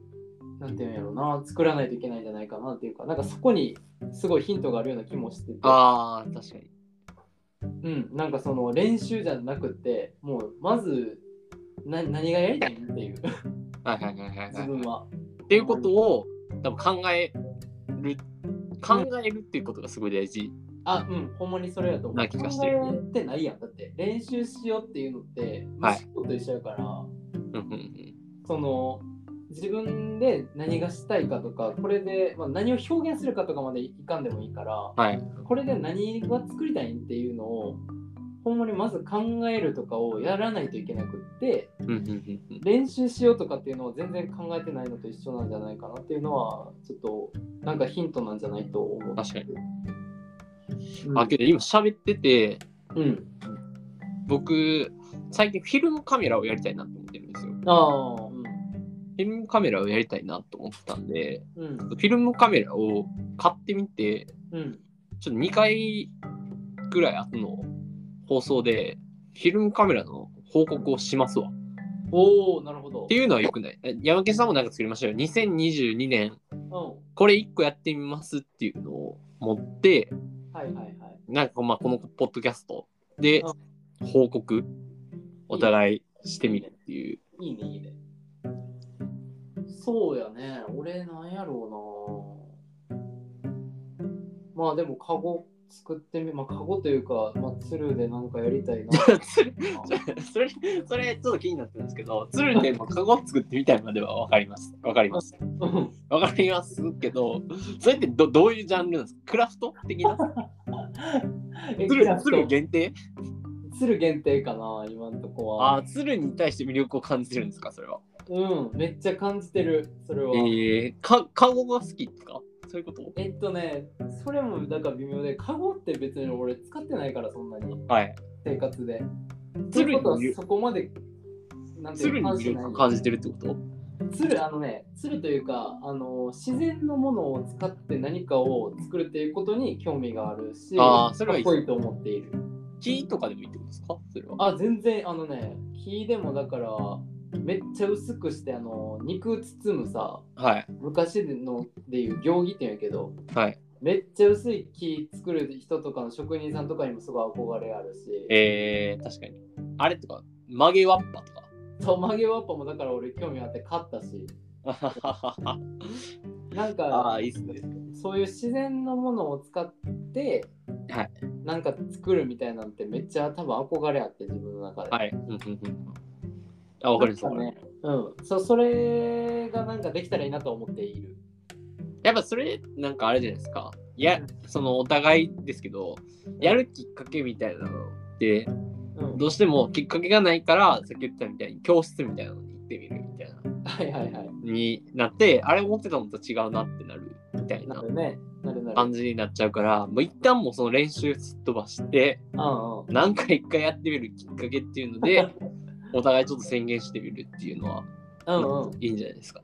Speaker 1: なんていうんやろうな作らないといけないんじゃないかなっていうかなんかそこにすごいヒントがあるような気もしてて
Speaker 2: ああ、確かに。
Speaker 1: うん、なんかその練習じゃなくてもうまずな何がやりたいんっていう
Speaker 2: はいはいはいはいはい。
Speaker 1: 自分は
Speaker 2: っていうことを多分考える考えるっていうことがすごい大事。
Speaker 1: あうんほんまにそれやと思う
Speaker 2: な気がしてる
Speaker 1: 考えてないやんだって練習しようっていうのって
Speaker 2: はい
Speaker 1: 息子と一緒やから、
Speaker 2: うんうんうん
Speaker 1: その自分で何がしたいかとかこれで、まあ、何を表現するかとかまでいかんでもいいから、
Speaker 2: はい。
Speaker 1: これで何が作りたいんっていうのをほんまにまず考えるとかをやらないといけなくって
Speaker 2: うんうんうんうん
Speaker 1: 練習しようとかっていうのを全然考えてないのと一緒なんじゃないかなっていうのはちょっとなんかヒントなんじゃないと思う。
Speaker 2: 確かに。
Speaker 1: うん、
Speaker 2: あけど今喋ってて
Speaker 1: うん。
Speaker 2: 僕最近フィルムカメラをやりたいなと思ってるんですよ。
Speaker 1: ああ、うん。
Speaker 2: フィルムカメラをやりたいなと思ってたんで
Speaker 1: うん。
Speaker 2: フィルムカメラを買ってみて
Speaker 1: うん。
Speaker 2: ちょっと2回ぐらい後の放送でフィルムカメラの報告をしますわ。
Speaker 1: おおなるほど
Speaker 2: って。いうのはよくない。え山県さんもなんか作りましょうよ。2022年
Speaker 1: う
Speaker 2: これ一個やってみますっていうのを持って、
Speaker 1: ん。はいはいはい。
Speaker 2: なんかまあこのポッドキャストで
Speaker 1: う
Speaker 2: 報告、お互いしてみるっていう。
Speaker 1: いいねいいね。そうやね。俺なんやろうな。まあでもカゴ作ってみ、まあカゴというか、まあ鶴でなんかやりたいな。
Speaker 2: それ、それちょっと気になってるんですけど、鶴でもカゴ作ってみたいまではわかります。わかります。
Speaker 1: うん
Speaker 2: わかりますけど、それってどどういうジャンルなんですかクラフト的な
Speaker 1: え
Speaker 2: 鶴
Speaker 1: クラフト
Speaker 2: 鶴限定
Speaker 1: 鶴限定かな、今んとこ
Speaker 2: ああ
Speaker 1: は。
Speaker 2: ー、鶴に対して魅力を感じてるんですかそれは。
Speaker 1: うん、めっちゃ感じてる、それは。
Speaker 2: えー、か、カゴが好きですかそういうこと
Speaker 1: えっとね、それもだから微妙で、カゴって別に俺使ってないから、そんなに
Speaker 2: はい。
Speaker 1: 生活で。
Speaker 2: 鶴
Speaker 1: 鶴
Speaker 2: に
Speaker 1: ことはそこまで、なんていう
Speaker 2: 鶴に
Speaker 1: の
Speaker 2: 魅力を感じてるってこと
Speaker 1: 鶴あのね鶴というかあの自然のものを使って何かを作るっていうことに興味があるし
Speaker 2: あーそれはいい
Speaker 1: かっこいいと思っている
Speaker 2: 木とかでもいいってことですかそれは。
Speaker 1: あ全然あのね木でもだからめっちゃ薄くしてあの肉包むさ
Speaker 2: はい。
Speaker 1: 昔のでいう行儀って言うんやけど
Speaker 2: はい。
Speaker 1: めっちゃ薄い木作る人とかの職人さんとかにもすごい憧れあるし、
Speaker 2: えー、確かに。あれとか、曲げわっぱとか。
Speaker 1: そう曲げわっぱもだから俺興味あって買ったし、なん
Speaker 2: あ
Speaker 1: か
Speaker 2: あ、いいっすね。
Speaker 1: そういう自然のものを使って、
Speaker 2: はい
Speaker 1: なんか作るみたいなんてめっちゃ多分憧れあって自分の中で。
Speaker 2: はい。うんうんうんあ、わかります。
Speaker 1: なんね。うん。そそれがなんかできたらいいなと思っている。
Speaker 2: やっぱそれ、なんかあれじゃないですか。いや、そのお互いですけど、やるきっかけみたいなのって、
Speaker 1: うん。
Speaker 2: どうしてもきっかけがないから、さっき言ってたみたいに教室みたいなのに行ってみるみたい な、
Speaker 1: はいはいはい。
Speaker 2: になって、あれ思ってたのと違うなってなるみたい
Speaker 1: な
Speaker 2: な
Speaker 1: るね。なるなる。
Speaker 2: 感じになっちゃうから、もう一旦もうその練習すっ飛ばして、
Speaker 1: うんうん。
Speaker 2: 何回一回やってみるきっかけっていうの で、お互いちょっと宣言してみるっていうのは、
Speaker 1: うんうん。
Speaker 2: いいんじゃないですか。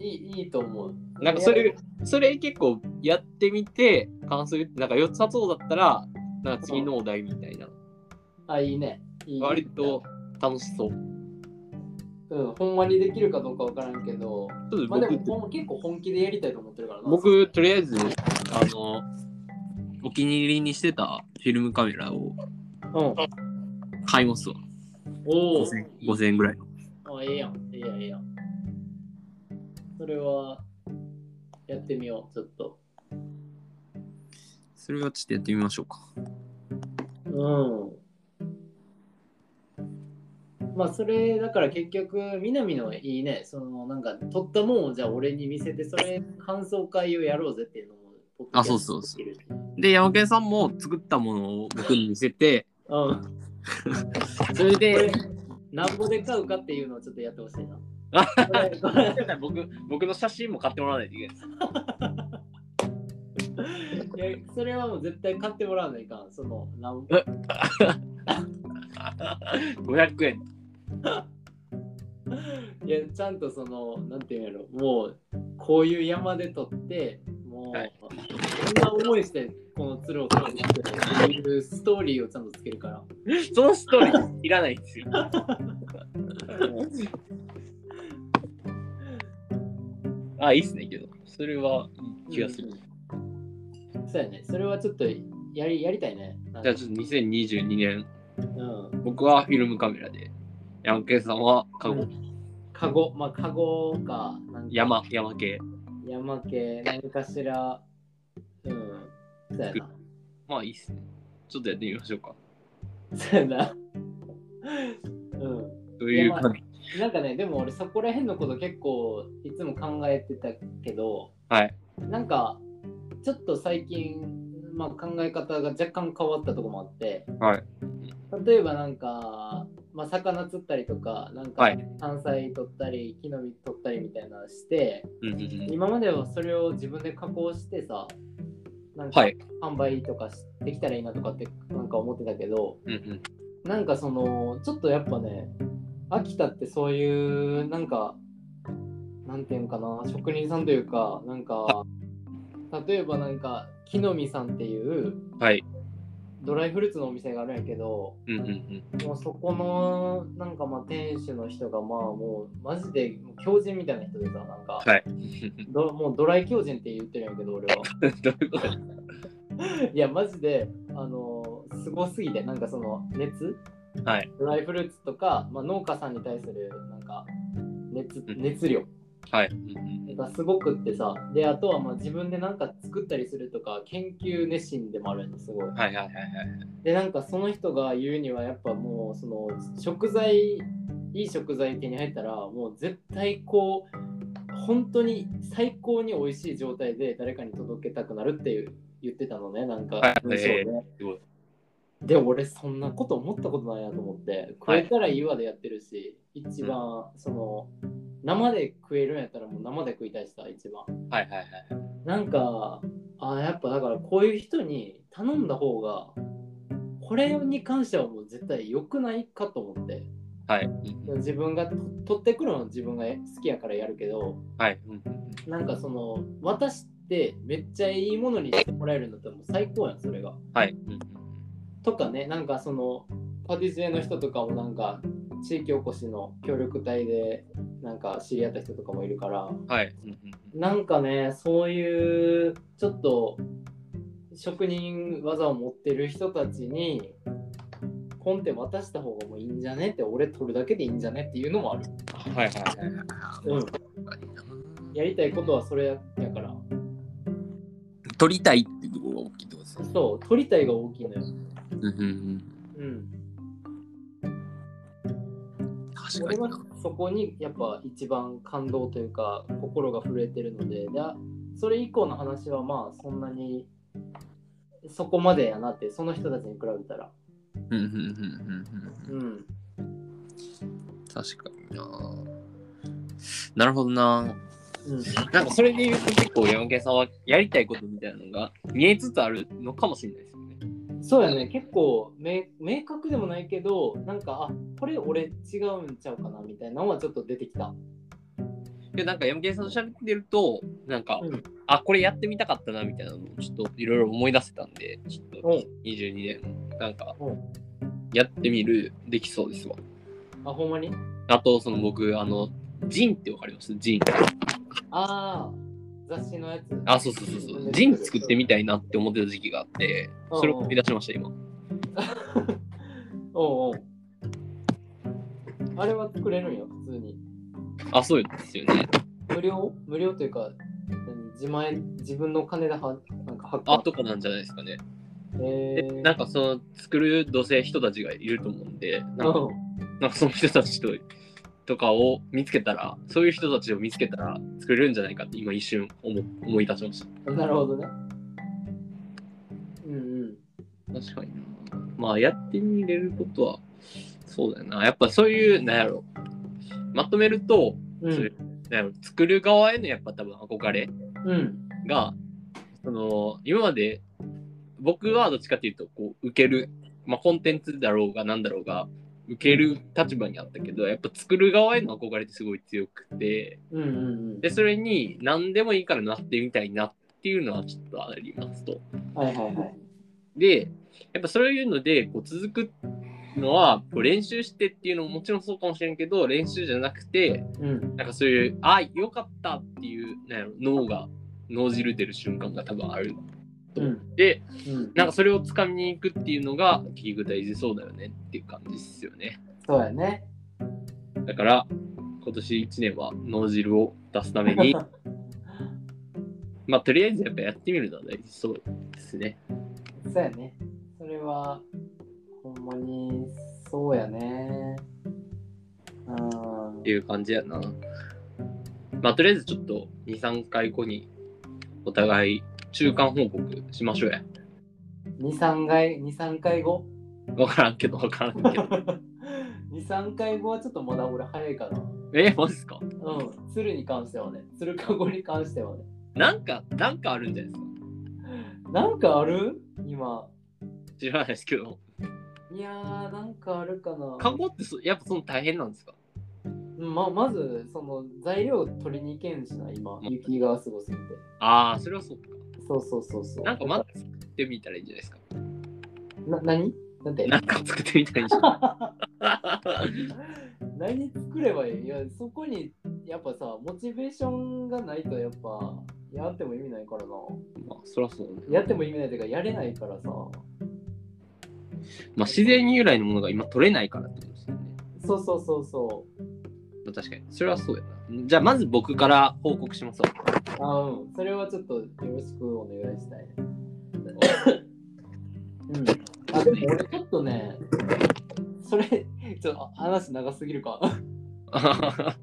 Speaker 1: いいいいと思う。
Speaker 2: なんかそれ、それ結構やってみて、感想言って、なんか良さそうだったら、なんか次のお題みたいな、
Speaker 1: あ、いいね。いい
Speaker 2: 割と。楽しそう。
Speaker 1: うん。ほんまにできるかどうかわからんけど、
Speaker 2: ちょっと
Speaker 1: まあで
Speaker 2: 僕、
Speaker 1: もほん結構本気でやりたいと思ってるからな。
Speaker 2: 僕、とりあえず、あの、お気に入りにしてたフィルムカメラを
Speaker 1: うん。
Speaker 2: 買いますわ。
Speaker 1: おお。
Speaker 2: 5000 5000円ぐらいの。
Speaker 1: あ、ええやん。ええやん、ええやん。それは、やってみよう、ちょっと。
Speaker 2: それはちょっとやってみましょうか。
Speaker 1: うん。まあ、それ、だから結局、南のいいね、その、なんか、撮ったもんをじゃあ俺に見せて、それ、感想会をやろうぜっていうのも、ポッドキャストできるし
Speaker 2: で、山県さんも作ったものを僕に見せて、
Speaker 1: うん。
Speaker 2: それ
Speaker 1: これ
Speaker 2: で、
Speaker 1: なんぼで買うかっていうのをちょっとやってほしいな。これ
Speaker 2: 僕僕の写真も買ってもらわないといけないで
Speaker 1: い
Speaker 2: す。
Speaker 1: やそれはもう絶対買ってもらわないかん。その、なん
Speaker 2: 500円。
Speaker 1: いや、ちゃんとその、なんていうんやろ、もう、こういう山で撮って、もう、
Speaker 2: はい
Speaker 1: こんな思いして、この鶴を撮ってっていうストーリーをちゃんとつけるから。
Speaker 2: そのストーリーいらないんですよ。あ、いいっすね、けど。それはいい気がする。
Speaker 1: うんそうやね、それはちょっとやりやりたいね。
Speaker 2: じゃあちょっと2022年、
Speaker 1: うん。
Speaker 2: 僕はフィルムカメラで、ヤンケンさんはカゴ、
Speaker 1: カゴ、まあ、カゴか、なんか
Speaker 2: 山、山系。
Speaker 1: 山系、何かしら、うん、そうやな。
Speaker 2: まあいいっすね。ちょっとやってみましょうか。
Speaker 1: そうやな。 うん。
Speaker 2: という
Speaker 1: 山
Speaker 2: 感じ。
Speaker 1: なんかね、でも俺そこら辺のこと結構いつも考えてたけど、
Speaker 2: はい。
Speaker 1: なんかちょっと最近、まあ、考え方が若干変わったとこもあって、
Speaker 2: はい
Speaker 1: 例えばなんか、まあ、魚釣ったりとか、なんか
Speaker 2: はい
Speaker 1: 山菜取ったり、木の実取ったりみたいなのして、
Speaker 2: うんうんうん
Speaker 1: 今まではそれを自分で加工してさ、なんか
Speaker 2: はい。
Speaker 1: 販売とかしできたらいいなとかってなんか思ってたけど、
Speaker 2: うんうん
Speaker 1: なんかそのちょっとやっぱね秋田ってそういうなんかなんていうんかな職人さんというかなんか例えばなんか木の実さんっていう
Speaker 2: はい。
Speaker 1: ドライフルーツのお店があるんやけど
Speaker 2: うんうんうん。
Speaker 1: もうそこのなんかまあ店主の人がまあもうマジで狂人みたいな人でさなんか、
Speaker 2: はい。
Speaker 1: どもうドライ狂人って言ってるんやけど俺は
Speaker 2: どういうこと
Speaker 1: いやマジであのすごすぎてなんかその熱
Speaker 2: はい。
Speaker 1: ドライフルーツとか、まあ、農家さんに対するなんか熱
Speaker 2: うん
Speaker 1: 熱量
Speaker 2: はい。うんうんうん
Speaker 1: がすごくってさであとはまあ自分でなんか作ったりするとか研究熱心でもあるんですごい
Speaker 2: はいはいはいはい。
Speaker 1: でなんかその人が言うにはやっぱもうその食材いい食材手に入ったらもう絶対こう本当に最高に美味しい状態で誰かに届けたくなるっていう言ってたのねなんか
Speaker 2: はい
Speaker 1: 文章で、
Speaker 2: すごい。
Speaker 1: で俺そんなこと思ったことないなと思って食えたらいいわでやってるし、一番その生で食えるんやったらもう生で食いたいしさ一番
Speaker 2: はいはいはい。
Speaker 1: なんかあやっぱだからこういう人に頼んだ方がこれに関してはもう絶対良くないかと思って
Speaker 2: はい。うんうん
Speaker 1: 自分がと取ってくるのは自分が好きやからやるけど
Speaker 2: はい。うんうんうん
Speaker 1: なんかその渡してめっちゃいいものにしてもらえるんだったらもう最高やんそれが
Speaker 2: はい。うんうん
Speaker 1: とかねなんかそのパティシエの人とかもなんか地域おこしの協力隊でなんか知り合った人とかもいるから
Speaker 2: はい。うんうん
Speaker 1: なんかねそういうちょっと職人技を持ってる人たちにコンテ渡した方がもういいんじゃねって俺取るだけでいいんじゃねっていうのもある、
Speaker 2: うんはいはいはい。
Speaker 1: うん、やりたいことはそれやから
Speaker 2: 取りたいっていうところが大きいってことですね。
Speaker 1: そう取りたいが大きいのよ、
Speaker 2: うんうん
Speaker 1: うん、
Speaker 2: うん。確
Speaker 1: 俺はそこにやっぱ一番感動というか心が震えてるのでであそれ以降の話はまあそんなにそこまでやなってその人たちに比べたら
Speaker 2: うんうんうん
Speaker 1: う
Speaker 2: うんうん。
Speaker 1: ん
Speaker 2: 確かにな。なるほどな。
Speaker 1: うん
Speaker 2: なんかそれで言うと結構山県さんはやりたいことみたいなのが見えつつあるのかもしれないですよね。
Speaker 1: そうやね結構明明確でもないけどなんかあこれ俺違うんちゃうかなみたいなのはちょっと出てきた
Speaker 2: でなんか山県さんと喋ってるとなんか、
Speaker 1: うん
Speaker 2: あこれやってみたかったなみたいなのをちょっといろいろ思い出せたんでちょっ
Speaker 1: う
Speaker 2: と
Speaker 1: ん
Speaker 2: 22年なんか
Speaker 1: うん
Speaker 2: やってみるできそうですわ。
Speaker 1: あほんまに
Speaker 2: あとその僕あのジンってわかりますジン。
Speaker 1: ああ雑誌のやつ
Speaker 2: あそうそうそうそうジン作ってみたいなって思ってた時期があってそれを思い出しました今。
Speaker 1: おうおうあれは作れるんよ普通に
Speaker 2: あそうですよね。
Speaker 1: 無料無料というか何自前自分の金ではなんか発
Speaker 2: あとかなんじゃないですかね。
Speaker 1: え
Speaker 2: で
Speaker 1: ー、
Speaker 2: なんかその作るどうせ人たちがいると思うんでなんか
Speaker 1: うん
Speaker 2: なんかその人たちととかを見つけたらそういう人たちを見つけたら作れるんじゃないかって今一瞬思思い出しまし
Speaker 1: なるほどねうんうん
Speaker 2: た確かになまあやってみれることはそうだよなやっぱそういうなんやろまとめると、
Speaker 1: う
Speaker 2: そうんなんやろ作る側へのやっぱ多分憧れ
Speaker 1: うん
Speaker 2: がその今まで僕はどっちかっていうとこう受ける、まあ、コンテンツだろうが何だろうが受ける立場にあったけどやっぱ作る側への憧れってすごい強くて
Speaker 1: うんうん
Speaker 2: でそれに何でもいいからなってみたいなっていうのはちょっとありますと。
Speaker 1: うんはいはいはい
Speaker 2: でやっぱそういうのでこう続くのはこう練習してっていうのももちろんそうかもしれんけど練習じゃなくて
Speaker 1: うん
Speaker 2: なんかそういうあよかったっていうなんやろ脳が脳汁出る瞬間が多分ある
Speaker 1: うん
Speaker 2: で
Speaker 1: うん
Speaker 2: なんかそれを掴みに行くっていうのが結局大事そうだよねっていう感じですよね。
Speaker 1: そうやね
Speaker 2: だから今年1年は脳汁を出すためにまあとりあえずやっぱやってみるのは大事そうですね。
Speaker 1: そうやねそれはほんまにそうやねうん
Speaker 2: っていう感じやな。まあとりあえずちょっと2、3回後にお互い中間報告しましょうや。
Speaker 1: 23回23回後
Speaker 2: わからんけどわからんけど。
Speaker 1: 23回後はちょっとまだ俺早いかな
Speaker 2: え、マジっすか
Speaker 1: うん、鶴に関してはね、鶴かごに関してはね。
Speaker 2: なんか、なんかあるんじゃないですか
Speaker 1: なんかある今。
Speaker 2: 知らないですけど。
Speaker 1: いやー、なんかあるかな。
Speaker 2: 看護ってそやっぱその大変なんですか
Speaker 1: ままず、その材料取りに行けんしな、今。雪がすごすぎて。
Speaker 2: ああ、それはそうか。
Speaker 1: そうそうそうそう。
Speaker 2: なんかまだ作ってみたらいいんじゃないですか。
Speaker 1: な、何なんて
Speaker 2: なんか作ってみたらいいんじゃない
Speaker 1: 何作ればいいいや、そこに、やっぱさ、モチベーションがないと、やっぱ、やっても意味ないからな。
Speaker 2: まあ、そりゃそうね。
Speaker 1: やっても意味ないというか、やれないからさ。
Speaker 2: まあ、自然由来のものが今取れないからってことですよね。
Speaker 1: そうそうそうそ
Speaker 2: まあ確かに。それはそうやな。じゃあ、まず僕から報告します わ。
Speaker 1: う。あうん。それはちょっとよろしくお願いしたい。うん。あ、でも俺ちょっとね、それ、ちょっとあ話長すぎるか。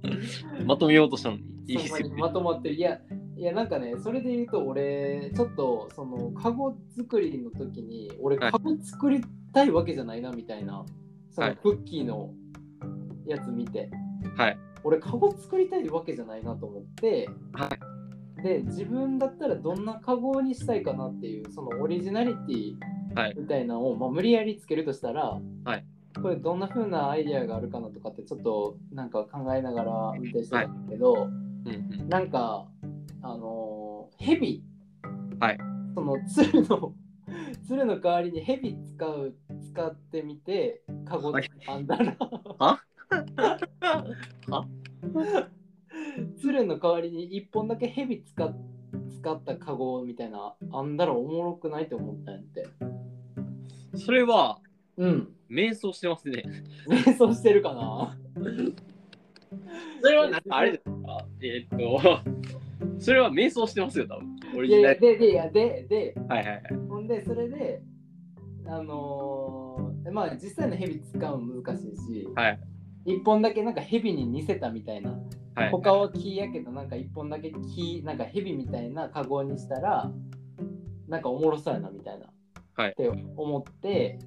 Speaker 2: まとめようとしたのに。いいで
Speaker 1: そ
Speaker 2: す
Speaker 1: んな
Speaker 2: よ
Speaker 1: に
Speaker 2: ね。
Speaker 1: まとまってる。いや、いやなんかね、それで言うと俺、ちょっと、その、カゴ作りの時に、俺、
Speaker 2: はい
Speaker 1: カゴ作りたいわけじゃないな、みたいな、そ
Speaker 2: は
Speaker 1: の、
Speaker 2: い
Speaker 1: クッキーのやつ見て、
Speaker 2: はい。
Speaker 1: 俺、カゴ作りたいわけじゃないなと思って、
Speaker 2: は
Speaker 1: で、自分だったらどんなカゴにしたいかなっていう、そのオリジナリティ
Speaker 2: はい
Speaker 1: みたいなのを、まあ、無理やりつけるとしたら、
Speaker 2: はい
Speaker 1: これどんな風なアイディアがあるかなとかってちょっとなんか考えながら運転してたんだけど、
Speaker 2: うんうん
Speaker 1: なんかあのー、ヘビ、
Speaker 2: はい、
Speaker 1: その鶴の 鶴の代わりにヘビ使う使ってみてカゴ
Speaker 2: はい
Speaker 1: あんだら
Speaker 2: あ
Speaker 1: 鶴の代わりに一本だけ蛇使っ使ったカゴみたいなあんだらおもろくないと思ったんやって
Speaker 2: それは、
Speaker 1: うん
Speaker 2: 瞑想してますね。
Speaker 1: 瞑想してるかな
Speaker 2: それは、なんかあれですかえーっと、 それは瞑想してますよ、多分。オリ
Speaker 1: い
Speaker 2: ジ
Speaker 1: やい
Speaker 2: ナ
Speaker 1: やで
Speaker 2: ル。
Speaker 1: でいやでで
Speaker 2: はいはいはい。
Speaker 1: ほんでそれであのーまあ実際の蛇使うの難しいし、
Speaker 2: はい
Speaker 1: 一本だけなんか蛇に似せたみたいな
Speaker 2: はい、
Speaker 1: 他は木やけどなんか一本だけ木なんか蛇みたいなカゴにしたらなんかおもろそうやなみたいな、
Speaker 2: はい
Speaker 1: って思って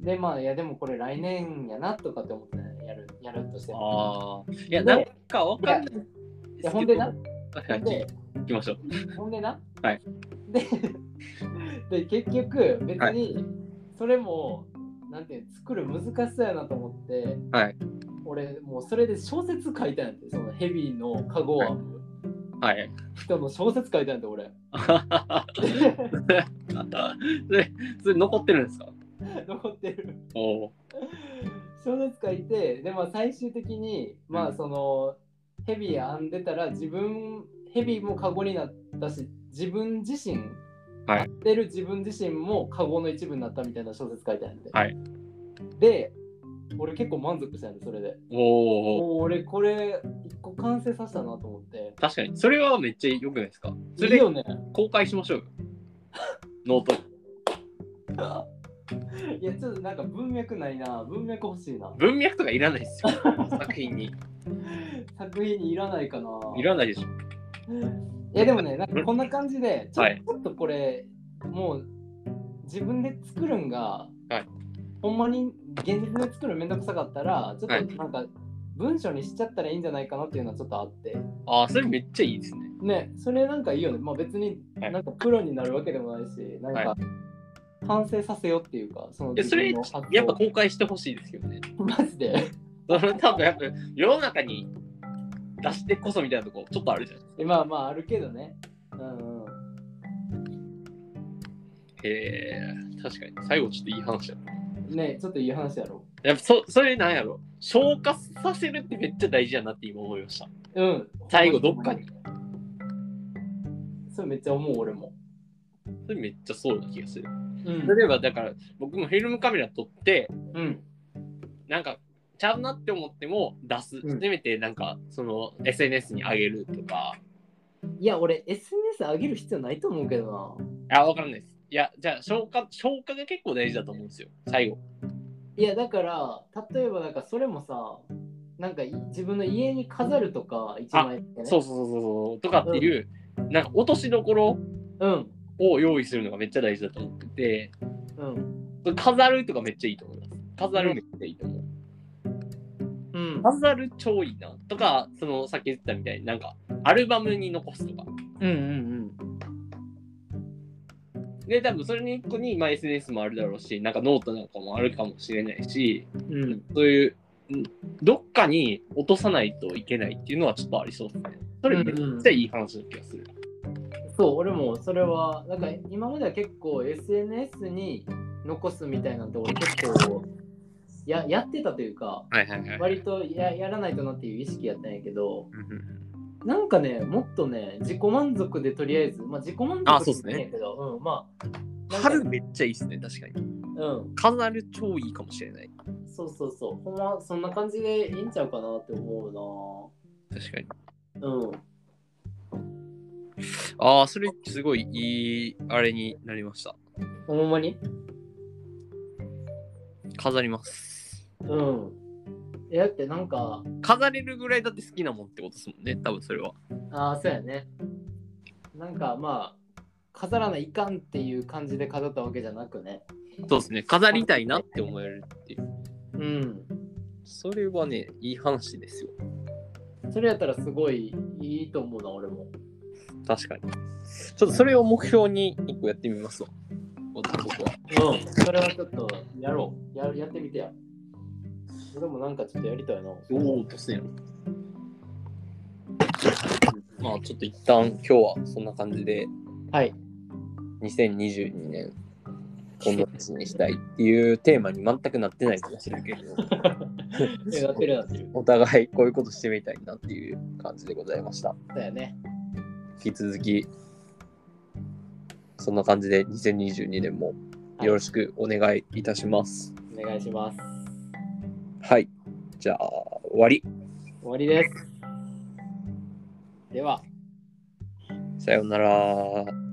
Speaker 1: でまあいやでもこれ来年やなとかって思ってやるやるとしても
Speaker 2: ああ。いや、なんかわかんない
Speaker 1: いやほんでな
Speaker 2: は
Speaker 1: ほ
Speaker 2: い
Speaker 1: んで
Speaker 2: 行きましょう。
Speaker 1: ほんでな、
Speaker 2: はい
Speaker 1: で で結局別
Speaker 2: は
Speaker 1: にそれも、なんていうの作る難しそうやなと思って、
Speaker 2: はい
Speaker 1: 俺もうそれで小説書いたんやてそのヘビのカゴを編む
Speaker 2: はい。
Speaker 1: 人の小説書いたんやて俺。
Speaker 2: それ、それ残ってるんですか
Speaker 1: 残ってる
Speaker 2: おお。
Speaker 1: 小説書いてでまあ最終的にまあそのヘビ編んでたら自分ヘビもカゴになったし自分自身
Speaker 2: はい
Speaker 1: 編んでる自分自身もカゴの一部になったみたいな小説書いてあるんで、
Speaker 2: はい
Speaker 1: で俺結構満足したんでそれで
Speaker 2: おお。
Speaker 1: もう俺これ一個完成させたなと思って
Speaker 2: 確かに、それはめっちゃ良くないですかそ
Speaker 1: いい
Speaker 2: れで
Speaker 1: よね
Speaker 2: 公開し ましょうよ。ノートに。
Speaker 1: いやちょっとなんか文脈ないな文脈欲しいな
Speaker 2: 文脈とかいらないですよ。 作品に。
Speaker 1: 作品にいらないかない
Speaker 2: らないでしょ。
Speaker 1: いやでもね、なんかこんな感じで、ちょ
Speaker 2: はい
Speaker 1: ちょっとこれ、もう自分で作るんが、
Speaker 2: はい
Speaker 1: ほんまに現実で作るのめんどくさかったら、ちょ
Speaker 2: は
Speaker 1: っ
Speaker 2: い
Speaker 1: となんか文章にしちゃったらいいんじゃないかなっていうのはちょっとあって、
Speaker 2: ああ、それめっちゃいいですね。
Speaker 1: ね、それなんかいいよね。まあ別に
Speaker 2: はい
Speaker 1: なんかプロになるわけでもないし、なんか完成させようっていうか、その
Speaker 2: いやそ
Speaker 1: 自
Speaker 2: れ
Speaker 1: 分の発想
Speaker 2: やっぱ公開してほしいですけどね。
Speaker 1: マジで。
Speaker 2: その多分やっぱ世の中に出してこそみたいなとこちょっとあるじゃないです
Speaker 1: えまあまああるけどね。うんうん。
Speaker 2: か。へえ、確かに。最後ちょっといい話だった。
Speaker 1: ね、ちょっといい話やろ。
Speaker 2: やっぱそそれなんやろ。消化させるってめっちゃ大事やなって今思いました。
Speaker 1: うん。
Speaker 2: 最後どっかに。
Speaker 1: それめっちゃ思う俺も。
Speaker 2: それめっちゃそうな気がする。
Speaker 1: うん
Speaker 2: 例えばだから僕もフィルムカメラ撮って、
Speaker 1: うん。
Speaker 2: なんかちゃうなって思っても出す。
Speaker 1: うん
Speaker 2: せめてなんかその SNS に上げるとか。
Speaker 1: いや、俺、SNS 上げる必要ないと思うけどな。
Speaker 2: あ、わからないです。いや、じゃあ消化、消化が結構大事だと思うんですよ。最後。
Speaker 1: いや、だから、例えば、なんか、それもさ、なんかい、自分の家に飾るとか、一枚だけね。
Speaker 2: そうそうそうそうそう。とかっていう、なんか落としどころ
Speaker 1: うん。
Speaker 2: を用意するのがめっちゃ大事だと思ってて、
Speaker 1: うん。
Speaker 2: 飾るとかめっちゃいいと思います。飾るめっちゃいいと思う。
Speaker 1: うん。
Speaker 2: 飾る超いいな。とか、そのさっき言ってたみたいになんかアルバムに残すとか。
Speaker 1: うんうん
Speaker 2: で、多分それに一個に、まあ、SNS もあるだろうし、なんかノートなんかもあるかもしれないし、
Speaker 1: うん。うん。
Speaker 2: そういう、んどっかに落とさないといけないっていうのはちょっとありそうですね。それめっちゃいい話な気がする。
Speaker 1: そう、俺も、それは、なんか、今までは結構、SNS に残すみたいなんて、俺結構、ややってたというか、
Speaker 2: はいはいはい。
Speaker 1: 割とややらないとなっていう意識やったんやけど、なんかね、もっとね、自己満足でとりあえず、まあ自己満
Speaker 2: あ
Speaker 1: 足
Speaker 2: そうっすね
Speaker 1: でいいんやけど、うん、まあ、なんか
Speaker 2: 春めっちゃいいですね、確かに。
Speaker 1: うん、
Speaker 2: 飾る超いいかもしれない。
Speaker 1: そうそうそう、ほんま、そんな感じでいいんちゃうかなって思
Speaker 2: 確かに。
Speaker 1: うなうん、
Speaker 2: ああ、それすごいいい、あれになりました。
Speaker 1: ほんまに
Speaker 2: 飾ります。
Speaker 1: うん。え、だってなんか、
Speaker 2: 飾れるぐらいだって好きなもんってことですもんね、多分それは。
Speaker 1: ああ、そうやね。なんかまあ、飾らないかんっていう感じで飾ったわけじゃなくね。
Speaker 2: そうですね、飾りたいなって思えるっていう。
Speaker 1: うん。
Speaker 2: それはね、いい話ですよ。
Speaker 1: それやったらすごいいいと思うな、俺も。
Speaker 2: 確かに。ちょっとそれを目標に一個やってみますわ。僕は。
Speaker 1: うん、それはちょっとやろう。ややってみてや。俺もなんかちょっとやりたいな。
Speaker 2: おお、突然やる。まあちょっと一旦今日はそんな感じで。
Speaker 1: はい。
Speaker 2: 2022年この年にしたいっていうテーマに全くなってないかもしれないけど
Speaker 1: え なってるなってる。
Speaker 2: お互いこういうことしてみたいなっていう感じでございました。
Speaker 1: だよね。
Speaker 2: 引き続き、そんな感じで2022年も
Speaker 1: はい
Speaker 2: よろしくお願いいたします。
Speaker 1: お願いします。
Speaker 2: はい。じゃあ、終わり。
Speaker 1: 終わりです。では。
Speaker 2: さようなら。